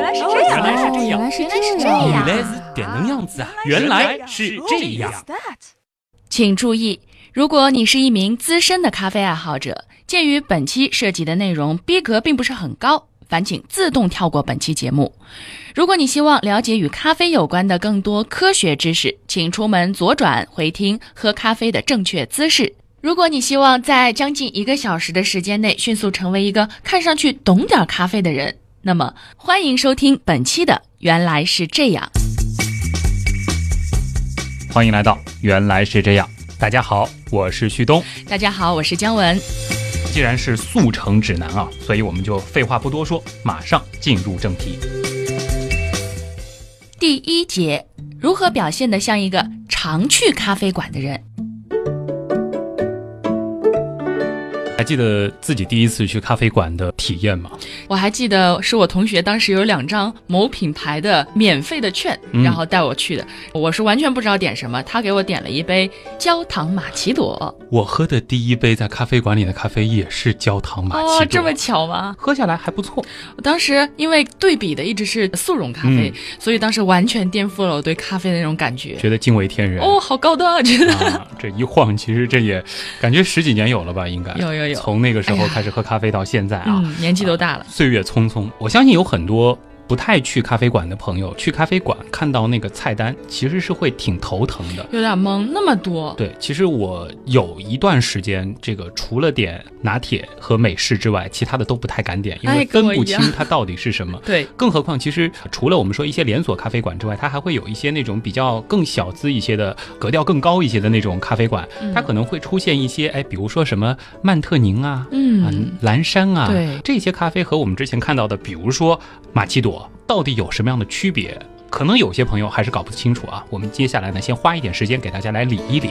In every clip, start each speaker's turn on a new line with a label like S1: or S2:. S1: 来是
S2: 哦
S1: 这样，
S2: 原来是这
S3: 原
S2: 样
S3: 来是
S1: 原来是
S3: 这
S1: 这
S3: 样。
S1: 样
S2: 原来是这能样子啊！原
S1: 原
S2: 来是这样。
S3: 请注意，如果你是一名资深的咖啡爱好者，鉴于本期涉及的内容逼格并不是很高，烦请自动跳过本期节目。如果你希望了解与咖啡有关的更多科学知识，请出门左转回听喝咖啡的正确姿势。如果你希望在将近一个小时的时间内迅速成为一个看上去懂点儿咖啡的人，那么欢迎收听本期的《原来是这样》。
S2: 欢迎来到《原来是这样》，大家好，我是旭东。
S3: 大家好，我是姜文。
S2: 既然是速成指南啊，所以我们就废话不多说，马上进入正题。
S3: 第一节，如何表现得像一个常去咖啡馆的人？
S2: 还记得自己第一次去咖啡馆的体验吗？
S3: 我还记得是我同学当时有两张某品牌的免费的券，
S2: 嗯
S3: 然后带我去的。我是完全不知道点什么，他给我点了一杯焦糖玛奇朵。
S2: 我喝的第一杯在咖啡馆里的咖啡也是焦糖玛奇朵，
S3: 哦，这么巧吗？
S2: 喝下来还不错。
S3: 我当时因为对比的一直是速溶咖啡，
S2: 嗯
S3: 所以当时完全颠覆了我对咖啡的那种感觉。
S2: 觉得惊为天人。
S3: 哦，好高端啊，觉得。
S2: 啊，这一晃，其实这也感觉十几年有了吧，应该
S3: 有有有
S2: 从那个时
S3: 哎
S2: 候
S3: 呀
S2: 开始喝咖啡到现在啊，
S3: 嗯，年纪都大了。
S2: 岁月匆匆。我相信有很多不太去咖啡馆的朋友，去咖啡馆看到那个菜单，其实是会挺头疼的。
S3: 有点懵，那么多，
S2: 对，其实我有一段时间，这个除了点拿铁和美式之外，其他的都不太敢点，因
S3: 哎
S2: 为
S3: 跟
S2: 分
S3: 我
S2: 不
S3: 一
S2: 清
S3: 样
S2: 它到底是什么。
S3: 对，
S2: 更何况，其实除了我们说一些连锁咖啡馆之外，它还会有一些那种比较更小资一些的、格调更高一些的那种咖啡馆，
S3: 嗯
S2: 它可能会出现一些，哎，比如说什么曼特宁啊。啊
S3: 嗯，
S2: 蓝山啊，
S3: 对
S2: 这些咖啡和我们之前看到的，比如说玛奇朵，到底有什么样的区别？可能有些朋友还是搞不清楚啊。我们接下来呢，先花一点时间给大家来理一理。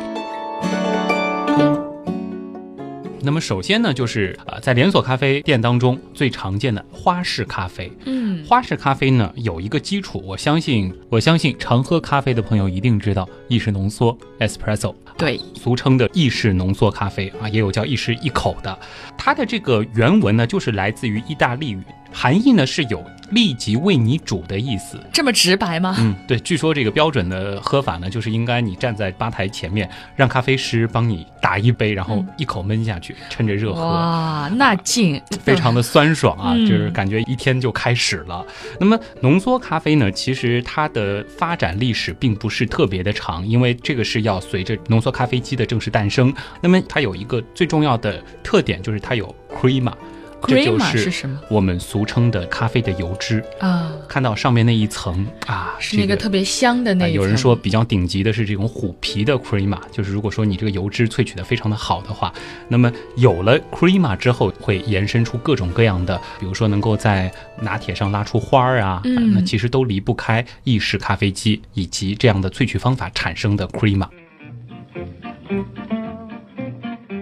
S2: 那么首先呢，就是啊、呃在连锁咖啡店当中最常见的花式咖啡，
S3: 嗯，
S2: 花式咖啡呢有一个基础，我相信，我相信常喝咖啡的朋友一定知道意式浓缩 （espresso），
S3: 对，
S2: 俗称的意式浓缩咖啡啊，也有叫意式一口的。它的这个原文呢，就是来自于意大利语，含义呢是有立即为你煮的意思。
S3: 这么直白吗？
S2: 嗯，对，据说这个标准的喝法呢，就是应该你站在吧台前面，让咖啡师帮你打一杯，然后
S3: 嗯
S2: 一口闷下去，趁着热喝。
S3: 哇，那劲
S2: 非常的酸爽啊，
S3: 嗯
S2: 就是感觉一天就开始了。那么浓缩咖啡呢，其实它的发展历史并不是特别的长，因为这个是要随着浓缩咖啡机的正式诞生。那么它有一个最重要的特点，就是它有 crema，这就
S3: Crema 是
S2: 是
S3: 什么
S2: 我们俗称的咖啡的油脂。
S3: 啊？
S2: 看到上面那一层啊，
S3: 是那个
S2: 这
S3: 特别香的那
S2: 啊
S3: 一层、
S2: 有人说比较顶级的是这种虎皮的 crema，就是如果说你这个油脂萃取的非常的好的话，那么有了 crema 之后，会延伸出各种各样的，比如说能够在拿铁上拉出花儿啊，
S3: 嗯
S2: 啊那其实都离不开意式咖啡机以及这样的萃取方法产生的 crema。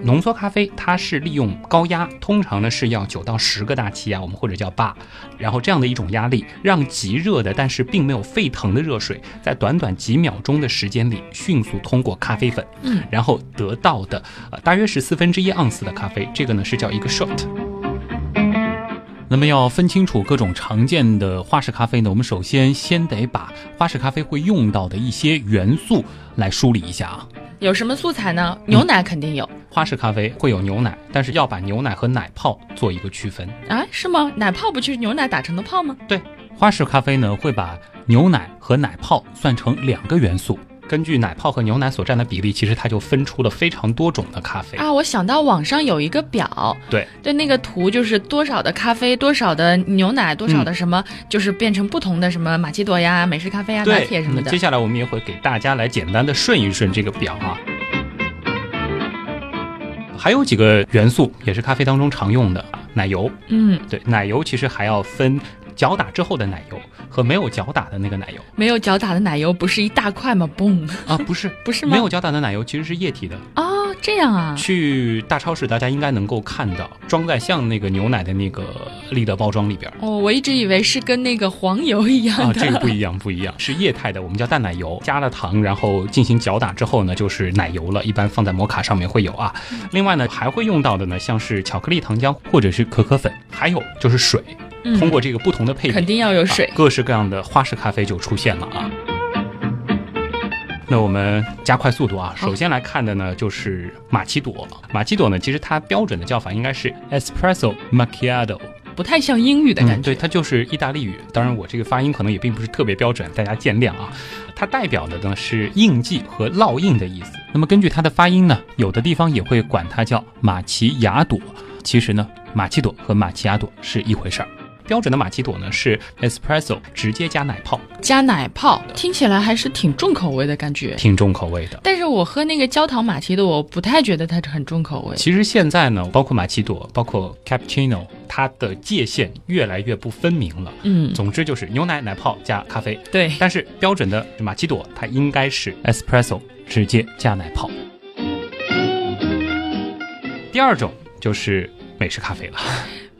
S2: 浓缩咖啡，它是利用高压，通常呢是要九到十个大气压，我们或者叫 bar，然后这样的一种压力，让极热的但是并没有沸腾的热水，在短短几秒钟的时间里迅速通过咖啡粉，
S3: 嗯，
S2: 然后得到的呃大约是四分之一盎司的咖啡，这个呢是叫一个 shot。那么要分清楚各种常见的花式咖啡呢，我们首先先得把花式咖啡会用到的一些元素来梳理一下啊。
S3: 有什么素材呢？
S2: 嗯
S3: 牛奶肯定有、
S2: 花式咖啡会有牛奶，但是要把牛奶和奶泡做一个区分。
S3: 啊？是吗？奶泡不就是牛奶打成的泡吗？
S2: 对，花式咖啡呢会把牛奶和奶泡算成两个元素。根据奶泡和牛奶所占的比例，其实它就分出了非常多种的咖啡。
S3: 啊，我想到网上有一个表，
S2: 对，
S3: 对，那个图就是多少的咖啡，多少的牛奶，多
S2: 嗯
S3: 少的什么，就是变成不同的什么玛奇朵呀、美式咖啡呀、拿
S2: 对，
S3: 铁什么
S2: 嗯
S3: 的
S2: 接。下来我们也会给大家来简单的顺一顺这个表啊。还有几个元素也是咖啡当中常用的，奶油。
S3: 嗯，
S2: 对，奶油其实还要分搅打之后的奶油和没有搅打的那个奶油
S3: 没有搅打的奶油不是一大块吗？嘣
S2: 啊，不是
S3: 不是吗
S2: 没有搅打的奶油其实是液体的。
S3: 啊、哦，这样啊，
S2: 去大超市大家应该能够看到，装在像那个牛奶的那个立德包装里 边儿。
S3: 哦，我一直以为是跟那个黄油一样
S2: 啊，
S3: 的。
S2: 这个不一样，不 一样，是液态的，我们叫淡奶油，加了糖，然后进行搅打之后呢，就是奶油了。一般放在摩卡上面会有啊。
S3: 嗯
S2: 另外呢，还会用到的呢，像是巧克力糖浆或者是可可粉，还有就是水。
S3: 嗯
S2: 通过这个不同的配比，
S3: 肯定要有水。
S2: 啊各式各样的花式咖啡就出现了啊。那我们加快速度啊，
S3: 好
S2: 首先来看的呢就是玛奇朵。玛奇朵呢，其实它标准的叫法应该是 espresso macchiato，
S3: 不太像英语的感
S2: 嗯
S3: 觉。
S2: 对，它就是意大利语。当然，我这个发音可能也并不是特别标准，大家见谅啊。它代表的呢是印记和烙印的意思。那么根据它的发音呢，有的地方也会管它叫玛奇亚朵。其实呢，玛奇朵和玛奇亚朵是一回事儿。标准的玛奇朵呢是 espresso 直接加奶泡，
S3: 加奶泡，听起来还是挺重口味的感觉。
S2: 挺重口味的。
S3: 但是我喝那个焦糖玛奇朵，我不太觉得它很重口味。
S2: 其实现在呢，包括玛奇朵，包括 cappuccino，它的界限越来越不分明了。
S3: 嗯，
S2: 总之就是牛奶、奶泡加咖啡，
S3: 对，
S2: 但是标准的玛奇朵，它应该是 espresso 直接加奶泡。第二种就是美式咖啡了，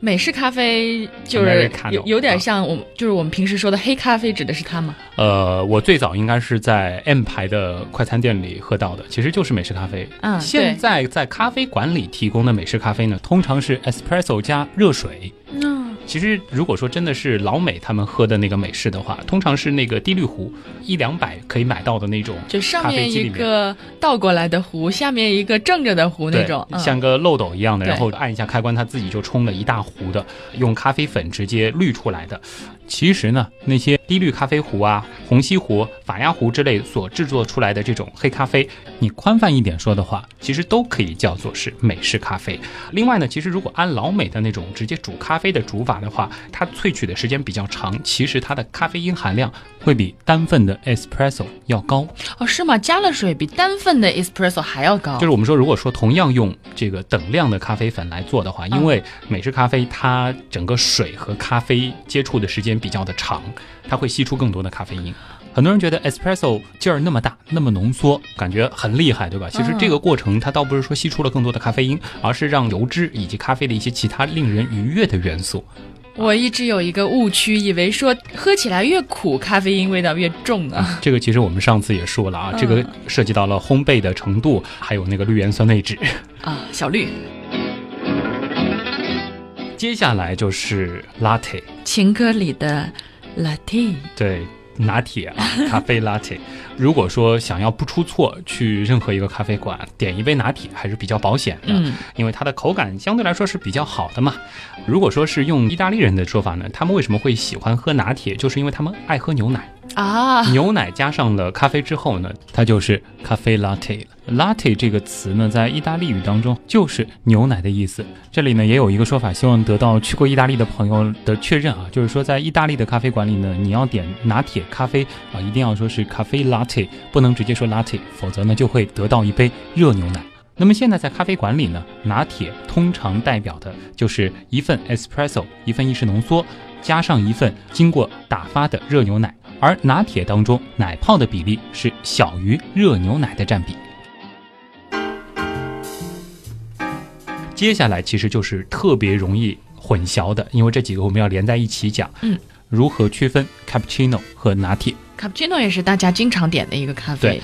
S3: 美式咖啡就是有
S2: Americano，
S3: 有点像我们，就是我们平时说的黑咖啡，指的是它吗？
S2: 呃，我最早应该是在 M 牌的快餐店里喝到的，其实就是美式咖啡。
S3: 嗯对
S2: 现在在咖啡馆里提供的美式咖啡呢，通常是 espresso 加热水。
S3: 嗯，
S2: 其实如果说真的是老美他们喝的那个美式的话，通常是那个滴滤壶，一两百可以买到的那种咖啡机
S3: 就
S2: 里面，
S3: 上面一个倒过来的壶，下面一个正着的壶
S2: 对，
S3: 那种。嗯
S2: 像个漏斗一样的，
S3: 对
S2: 然后按一下开关，它自己就冲了一大壶的，用咖啡粉直接滤出来的。其实呢，那些低滤咖啡壶啊、虹吸壶、法压壶之类所制作出来的这种黑咖啡，你宽泛一点说的话，其实都可以叫做是美式咖啡。另外呢，其实如果按老美的那种直接煮咖啡的煮法的话，它萃取的时间比较长，其实它的咖啡因含量会比单份的 espresso 要高。
S3: 哦，是吗？加了水比单份的 espresso 还要高。
S2: 就是我们说，如果说同样用这个等量的咖啡粉来做的话，因为美式咖啡它整个水和咖啡接触的时间比较的长，它会吸出更多的咖啡因。很多人觉得 espresso 劲儿那么大，那么浓缩，感觉很厉害，对吧？其实这个过程它倒不是说吸出了更多的咖啡因，而是让油脂以及咖啡的一些其他令人愉悦的元素。
S3: 我一直有一个误区，以为说喝起来越苦，咖啡因味道越重呢。
S2: 这个其实我们上次也说了啊，这个涉及到了烘焙的程度，还有那个绿原酸内酯。
S3: 啊，小绿，
S2: 接下来就是 latte。
S3: 情歌里的 latte。
S2: 对，拿铁啊，咖啡 latte。如 果说想要不出错，去任何一个咖啡馆点一杯拿铁还是比较保险的，
S3: 嗯
S2: 因为它的口感相对来说是比较好的嘛。如果说是用意大利人的说法呢，他们为什么会喜欢喝拿铁，就是因为他们爱喝牛奶。
S3: 啊，
S2: 牛奶加上了咖啡之后呢，它就是咖啡 latte 了。latte 这个词呢，在意大利语当中就是牛奶的意思。这里呢也有一个说法，希望得到去过意大利的朋友的确认啊，就是说在意大利的咖啡馆里呢，你要点拿铁咖啡啊，一定要说是咖啡 latte，不能直接说 latte，否则呢就会得到一杯热牛奶。那么现在在咖啡馆里呢，拿铁通常代表的就是一份 espresso，一份意式浓缩，加上一份经过打发的热牛奶。而拿铁当中奶泡的比例是小于热牛奶的占比。接下来其实就是特别容易混淆的，因为这几个我们要连在一起讲。
S3: 嗯，
S2: 如何区分 cappuccino 和拿铁？
S3: cappuccino 也是大家经常点的一个咖啡
S2: 对。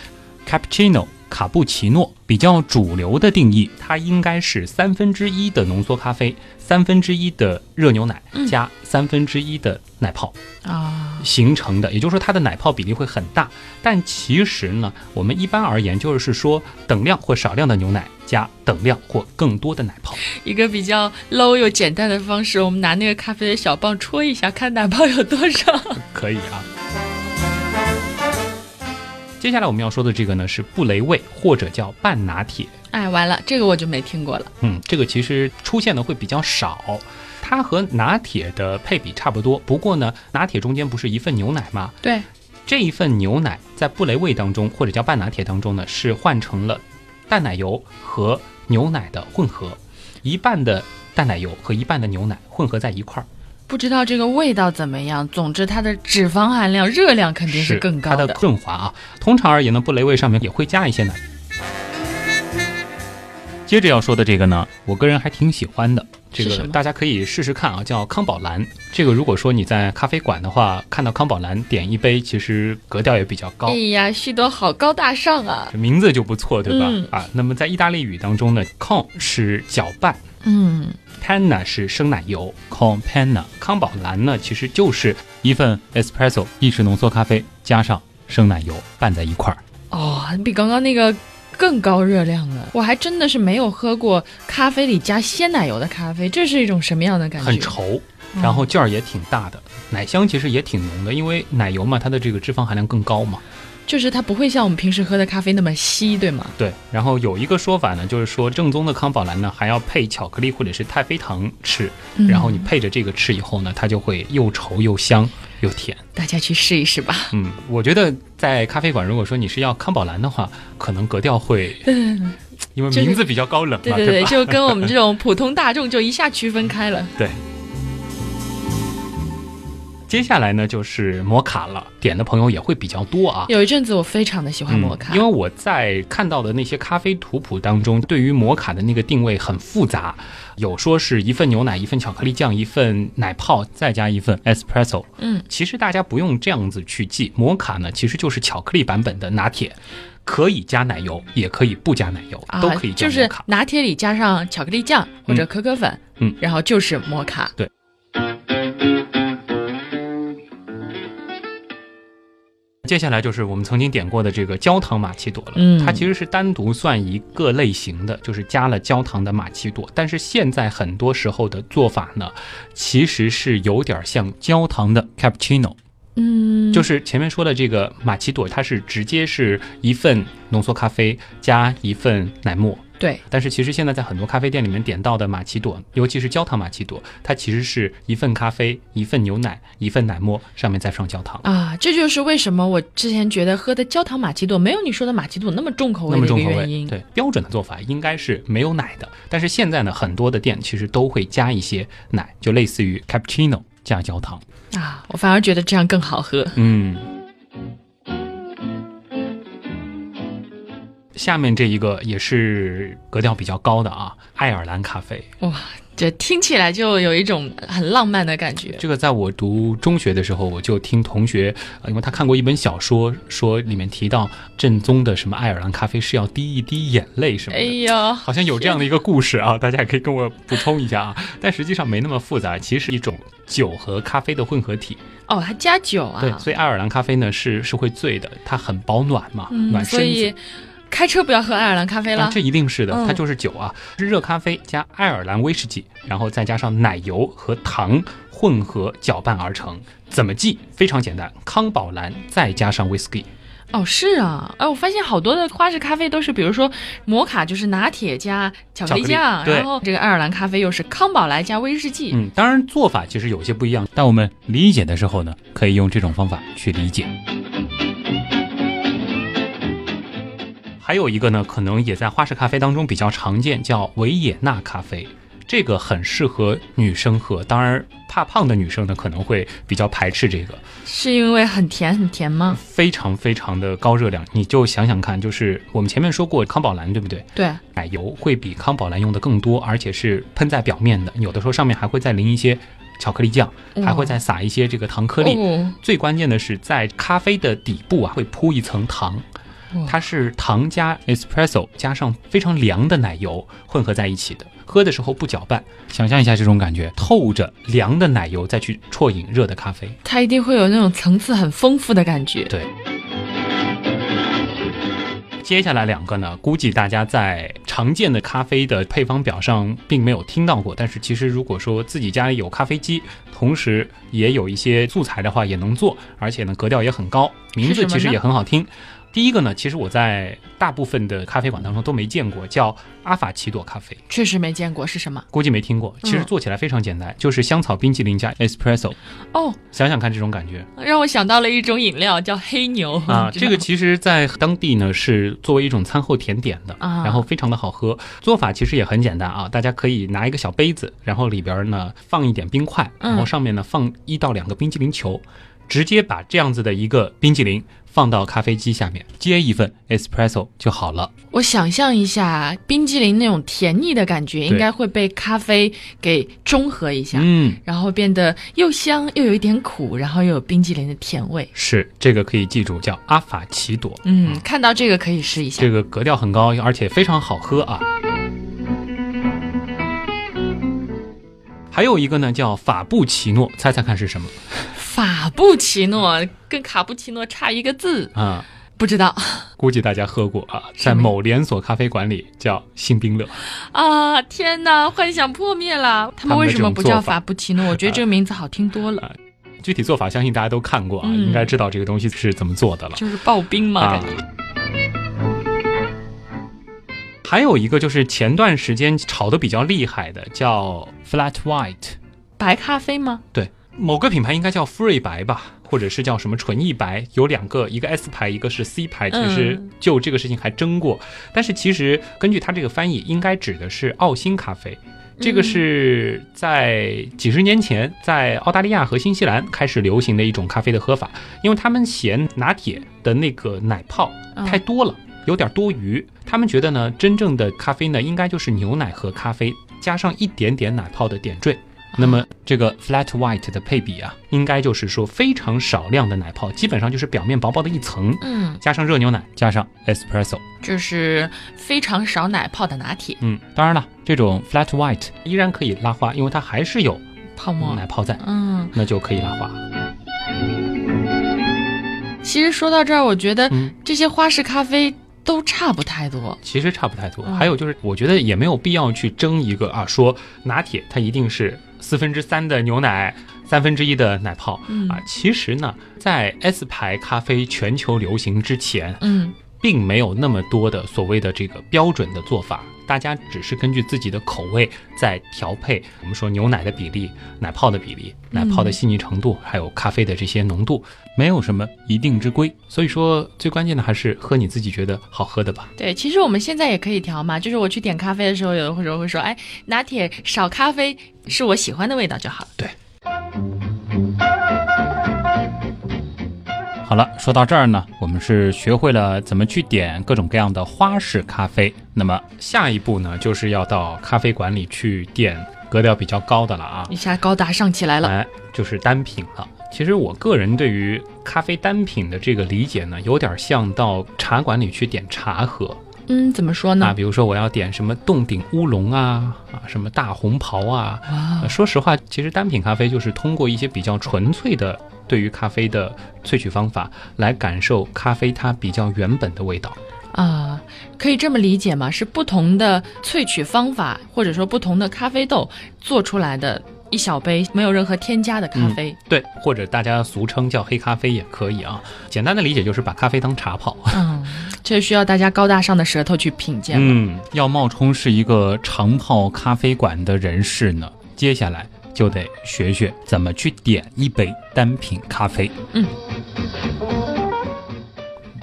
S2: cappuccino 卡布奇诺比较主流的定义，它应该是三分之一的浓缩咖啡，三分之一的热牛奶
S3: 嗯
S2: 加三分之一的奶泡
S3: 啊，
S2: 形成的，也就是说它的奶泡比例会很大。但其实呢，我们一般而言就是说等量或少量的牛奶加等量或更多的奶泡。
S3: 一个比较 low 又简单的方式，我们拿那个咖啡的小棒戳一下，看奶泡有多少。
S2: 可以啊。接下来我们要说的这个呢是布雷味，或者叫半拿铁。
S3: 哎，完了，这个我就没听过了。
S2: 嗯，这个其实出现的会比较少。它和拿铁的配比差不多，不过呢，拿铁中间不是一份牛奶吗？
S3: 对，
S2: 这一份牛奶在布雷味当中，或者叫半拿铁当中呢，是换成了淡奶油和牛奶的混合，一半的淡奶油和一半的牛奶混合在一块儿。
S3: 不知道这个味道怎么样。总之，它的脂肪含量、热量肯定是更高
S2: 它
S3: 的。
S2: 的润滑啊。通常而言呢，布雷味上面也会加一些奶。接着要说的这个呢，我个人还挺喜欢的，这
S3: 是什
S2: 个
S3: 么
S2: 大家可以试试看啊，叫康宝蓝。这个如果说你在咖啡馆的话，看到康宝蓝点一杯，其实格调也比较高
S3: 哎。呀，旭多好高大上啊！
S2: 名字就不错，对吧？
S3: 嗯
S2: 啊，那么在意大利语当中呢，con 是搅拌，
S1: 嗯
S2: Panna 是生奶油，con Panna 康宝蓝呢，其实就是一份 espresso 意式浓缩咖啡加上生奶油拌在一块儿。
S3: 哦，比刚刚那个更高热量了。我还真的是没有喝过咖啡里加鲜奶油的咖啡，这是一种什么样的感觉？
S2: 很稠，
S3: 嗯
S2: 然后劲儿也挺大的，奶香其实也挺浓的，因为奶油嘛，它的这个脂肪含量更高嘛。
S3: 就是它不会像我们平时喝的咖啡那么稀，对吗？
S2: 对，然后有一个说法呢，就是说正宗的康宝蓝呢，还要配巧克力或者是太妃糖吃，
S3: 嗯
S2: 然后你配着这个吃以后呢，它就会又稠又香又甜。
S3: 大家去试一 试吧。
S2: 嗯，我觉得在咖啡馆，如果说你是要康宝蓝的话，可能格调会， 因为名字比较高冷嘛，
S3: 对对对，
S2: 吧？
S3: 就跟我们这种普通大众就一下区分 开了。
S2: 接下来呢就是摩卡了，点的朋友也会比较多啊。
S3: 有一阵子我非常的喜欢摩卡，
S2: 嗯因为我在看到的那些咖啡图谱当中，对于摩卡的那个定位很复杂，有说是一份牛奶、一份巧克力酱、一份奶泡，再加一份 espresso。
S3: 嗯，
S2: 其实大家不用这样子去记，摩卡呢其实就是巧克力版本的拿铁，可以加奶油，也可以不加奶油，
S3: 啊
S2: 都可以加
S3: 就
S2: 摩
S3: 是
S2: 卡。
S3: 拿铁里加上巧克力酱或者可可粉，
S2: 嗯，
S3: 然后就是摩卡。
S2: 接下来就是我们曾经点过的这个焦糖玛奇朵了，
S3: 嗯
S2: 它其实是单独算一个类型的，就是加了焦糖的玛奇朵。但是现在很多时候的做法呢，其实是有点像焦糖的 cappuccino，
S3: 嗯，
S2: 就是前面说的这个玛奇朵，它是直接是一份浓缩咖啡加一份奶沫。
S3: 对，
S2: 但是其实现在在很多咖啡店里面点到的玛奇朵，尤其是焦糖玛奇朵，它其实是一份咖啡、一份牛奶、一份奶沫，上面再上焦糖。
S3: 啊，这就是为什么我之前觉得喝的焦糖玛奇朵没有你说的玛奇朵那么重口
S2: 那
S3: 味
S2: 么
S3: 的一
S2: 重
S3: 个
S2: 口
S3: 原
S2: 味，
S3: 因。
S2: 对标准的做法应该是没有奶的，但是现在呢，很多的店其实都会加一些奶，就类似于 cappuccino 加焦糖。
S3: 啊，我反而觉得这样更好喝。
S2: 嗯。下面这一个也是格调比较高的啊，爱尔兰咖啡。
S3: 哇，这听起来就有一种很浪漫的感觉。
S2: 这个在我读中学的时候，我就听同学，呃因为他看过一本小说，说里面提到正宗的什么爱尔兰咖啡是要滴一滴眼泪什么
S3: 哎
S2: 的。
S3: 呀，
S2: 好像有这样的一个故事啊，大家也可以跟我补充一下啊。但实际上没那么复杂，其实是一种酒和咖啡的混合体。
S3: 哦，还加酒啊！
S2: 对，所以爱尔兰咖啡呢是是会醉的，它很保暖嘛，
S3: 嗯，
S2: 暖
S3: 所
S2: 身子
S3: 以。开车不要喝爱尔兰咖啡了。
S2: 啊，这一定是的，
S3: 嗯
S2: 它就是酒啊，是热咖啡加爱尔兰威士忌，然后再加上奶油和糖混合搅拌而成。怎么记？非常简单，康宝蓝再加上 whisky，
S3: 哦，是啊，哎，我发现好多的花式咖啡都是，比如说摩卡就是拿铁加巧克力
S2: 巧克力
S3: 酱，
S2: 对
S3: 然后这个爱尔兰咖啡又是康宝莱加威士忌。
S2: 嗯，当然做法其实有些不一样，但我们理解的时候呢，可以用这种方法去理解。还有一个呢，可能也在花式咖啡当中比较常见，叫维也纳咖啡。这个很适合女生喝，当然怕胖的女生呢可能会比较排斥这个，
S3: 是因为很甜很甜吗？
S2: 非常非常的高热量。你就想想看，就是我们前面说过康宝蓝，对不对？
S3: 对，
S2: 奶油会比康宝蓝用的更多，而且是喷在表面的，有的时候上面还会再淋一些巧克力酱，还会再撒一些这个糖颗粒。
S3: 嗯哦
S2: 最关键的是，在咖啡的底部啊，会铺一层糖
S3: 哇，
S2: 它是糖加 espresso 加上非常凉的奶油混合在一起的。喝的时候不搅拌，想象一下这种感觉，透着凉的奶油再去啜饮热的咖啡。
S3: 它一定会有那种层次很丰富的感觉。
S2: 对。接下来两个呢，估计大家在常见的咖啡的配方表上并没有听到过，但是其实如果说自己家里有咖啡机，同时也有一些素材的话，也能做，而且呢格调也很高，名字其
S3: 是什
S2: 实
S3: 么呢
S2: 也很好听。第一个呢，其实我在大部分的咖啡馆当中都没见过，叫阿法奇朵咖啡，
S3: 确实没见过是什么
S2: 估计没听过。其实
S3: 嗯
S2: 做起来非常简单，就是香草冰淇淋加 espresso，
S3: 哦，
S2: 想想看这种感觉。
S3: 让我想到了一种饮料叫黑牛
S2: 啊，
S3: 你知
S2: 这
S3: 道
S2: 个
S3: 吗
S2: 其实在当地呢是作为一种餐后甜点的，
S3: 啊
S2: 然后非常的好喝。做法其实也很简单啊，大家可以拿一个小杯子，然后里边呢放一点冰块，
S3: 嗯
S2: 然后上面呢放一到两个冰激凌球，直接把这样子的一个冰激凌放到咖啡机下面，接一份 espresso 就好了。
S3: 我想象一下，冰激凌那种甜腻的感觉，应该会被咖啡给中和一下。
S2: 嗯，
S3: 然后变得又香又有一点苦，然后又有冰激凌的甜味。
S2: 是这个可以记住，叫阿法奇朵。
S3: 嗯，看到这个可以试一下。
S2: 这个格调很高，而且非常好喝啊。还有一个呢叫法布奇诺，猜猜看是什么
S3: 法布奇诺跟卡布奇诺差一个字，
S2: 啊？
S3: 不知道
S2: 估计大家喝过啊，在某连锁咖啡馆里叫星冰乐。
S3: 啊！天哪，幻想破灭了。他们为什么不叫法布奇诺？我觉得这个名字好听多了，
S2: 具体做法相信大家都看过啊，
S3: 嗯
S2: 应该知道这个东西是怎么做的了。
S3: 就是刨冰嘛。
S2: 啊
S3: 感觉。
S2: 还有一个就是前段时间炒得比较厉害的，叫 Flat White，
S3: 白咖啡吗？
S2: 对，某个品牌应该叫馥芮白吧，或者是叫什么纯益白，有两个，一个 S 牌，一个是 C 牌。其实
S3: 嗯
S2: 就这个事情还争过，但是其实根据它这个翻译，应该指的是澳新咖啡。这个是在几十年前，在澳大利亚和新西兰开始流行的一种咖啡的喝法，因为他们嫌拿铁的那个奶泡
S3: 嗯
S2: 太多了，有点多余。他们觉得呢，真正的咖啡呢，应该就是牛奶和咖啡加上一点点奶泡的点缀。那么这个 flat white 的配比啊，应该就是说非常少量的奶泡，基本上就是表面薄薄的一层，
S3: 嗯，
S2: 加上热牛奶，加上 espresso。
S3: 就是非常少奶泡的拿铁
S2: 嗯，当然了，这种 flat white 依然可以拉花，因为它还是有
S3: 泡沫。
S2: 奶泡在，
S3: 嗯，
S2: 那就可以拉花。
S3: 其实说到这儿，我觉得
S2: 嗯
S3: 这些花式咖啡都差不太多。
S2: 其实差不太多。
S3: 嗯
S2: 还有就是，我觉得也没有必要去争一个啊，说拿铁它一定是四分之三的牛奶，三分之一的奶泡、
S3: 嗯
S2: 啊。其实呢，在 S 牌咖啡全球流行之前，
S3: 嗯，
S2: 并没有那么多的所谓的这个标准的做法，大家只是根据自己的口味在调配。我们说牛奶的比例、奶泡的比例、奶泡
S3: 嗯
S2: 的细腻程度，还有咖啡的这些浓度，没有什么一定之规。所以说，最关键的还是喝你自己觉得好喝的吧。
S3: 对，其实我们现在也可以调嘛，就是我去点咖啡的时候，有的时候会说，哎，拿铁少咖啡是我喜欢的味道就好了。
S2: 好了，说到这儿呢，我们是学会了怎么去点各种各样的花式咖啡。那么下一步呢，就是要到咖啡馆里去点格调比较高的了啊。
S3: 一下高大上起来了。
S2: 哎，就是单品了。其实我个人对于咖啡单品的这个理解呢，有点像到茶馆里去点茶喝
S3: 嗯，怎么说
S2: 啊，
S3: 呢？
S2: 比如说我要点什么洞顶乌龙啊，啊什么大红袍啊。
S3: 哇
S2: 呃，说实话，其实单品咖啡就是通过一些比较纯粹的对于咖啡的萃取方法来感受咖啡它比较原本的味道。
S3: 啊，可以这么理解吗？是不同的萃取方法，或者说不同的咖啡豆做出来的一小杯没有任何添加的
S2: 嗯
S3: 咖啡。
S2: 对，或者大家俗称叫黑咖啡也可以啊。简单的理解就是把咖啡当茶泡。
S3: 嗯，这需要大家高大上的舌头去品鉴了。
S2: 嗯，要冒充是一个长泡咖啡馆的人士呢，接下来就得学学怎么去点一杯单品咖啡。
S3: 嗯，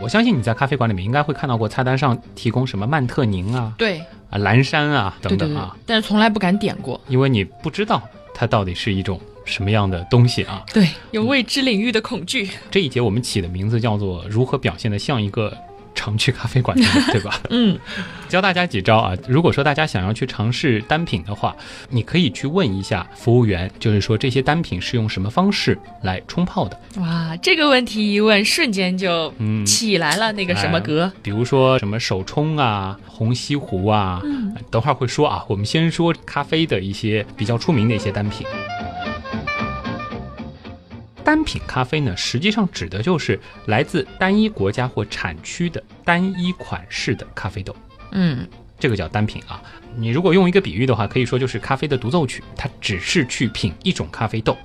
S2: 我相信你在咖啡馆里面应该会看到过菜单上提供什么曼特宁啊、
S3: 对，
S2: 啊蓝山啊等
S3: 对对
S2: 等
S3: 对
S2: 啊，，
S3: 但是从来不敢点过。
S2: 因为你不知道它到底是一种什么样的东西啊。
S3: 对，有未知领域的恐惧。
S2: 这一节我们起的名字叫做“如何表现得像一个常去咖啡馆的人”，对吧？
S3: 嗯，
S2: 教大家几招啊。如果说大家想要去尝试单品的话，你可以去问一下服务员，就是说这些单品是用什么方式来冲泡的。
S3: 哇，这个问题一问，瞬间就
S2: 嗯
S3: 起来了那个什么格。
S2: 比如说什么手冲啊、虹吸壶啊，等会儿会说啊。我们先说咖啡的一些比较出名的一些单品。单品咖啡呢，实际上指的就是来自单一国家或产区的单一款式的咖啡豆。
S3: 嗯，
S2: 这个叫单品啊。你如果用一个比喻的话，可以说就是咖啡的独奏曲，它只是去品一种咖啡豆。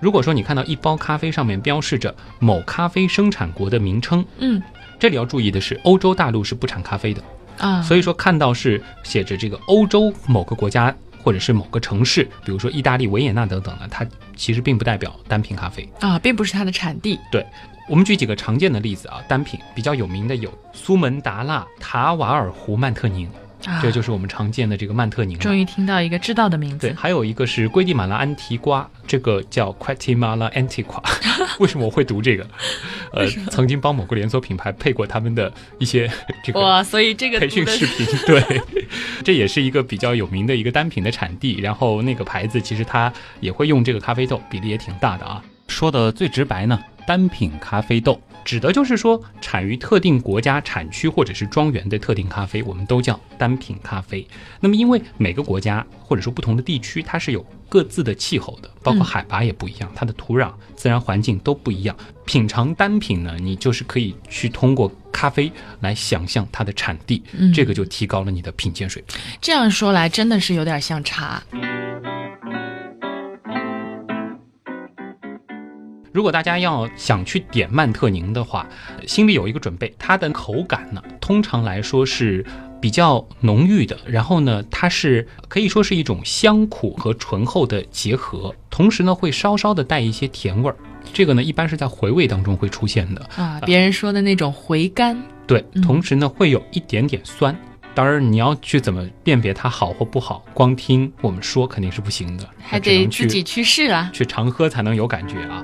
S2: 如果说你看到一包咖啡上面标示着某咖啡生产国的名称，
S3: 嗯，
S2: 这里要注意的是，欧洲大陆是不产咖啡的，
S3: 啊，
S2: 所以说看到是写着这个欧洲某个国家或者是某个城市，比如说意大利维也纳等等呢，它其实并不代表单品咖啡。
S3: 啊，并不是它的产地。
S2: 我们举几个常见的例子啊，单品比较有名的有苏门答腊、塔瓦尔湖曼特宁，
S3: 啊，
S2: 这就是我们常见的这个曼特宁了。
S3: 终于听到一个知道的名
S2: 对，哎
S3: 字。
S2: 还有一个是圭地马拉安提瓜，这个叫 Guatemala Antiqua。为什么我会读这个？呃，曾经帮某个连锁品牌配过他们的一些这个
S3: 哇，所以这个
S2: 培
S3: 读
S2: 训
S3: 的
S2: 视频。对， 这也是一个比较有名的一个单品的产地。然后那个牌子其实它也会用这个咖啡豆，比例也挺大的啊。说的最直白呢，单品咖啡豆，指的就是说产于特定国家、产区或者是庄园的特定咖啡，我们都叫单品咖啡。那么，因为每个国家或者说不同的地区，它是有各自的气候的，包括海拔也不一样，它的土壤、自然环境都不一样。品尝单品呢，你就是可以去通过咖啡来想象它的产地，这个就提高了你的品鉴水平。
S3: 这样说来，真的是有点像茶。
S2: 如果大家要想去点曼特宁的话，心里有一个准备，它的口感呢，通常来说是比较浓郁的。然后呢，它是可以说是一种香苦和醇厚的结合，同时呢会稍稍的带一些甜味儿。这个呢一般是在回味当中会出现的。
S3: 啊，别人说的那种回甘，
S2: 对，同时呢会有一点点酸。当然，你要去怎么辨别它好或不好，光听我们说肯定是不行的，
S3: 还
S2: 只
S3: 得
S2: 能
S3: 自己
S2: 去
S3: 去试啊。
S2: 去常喝才能有感觉啊。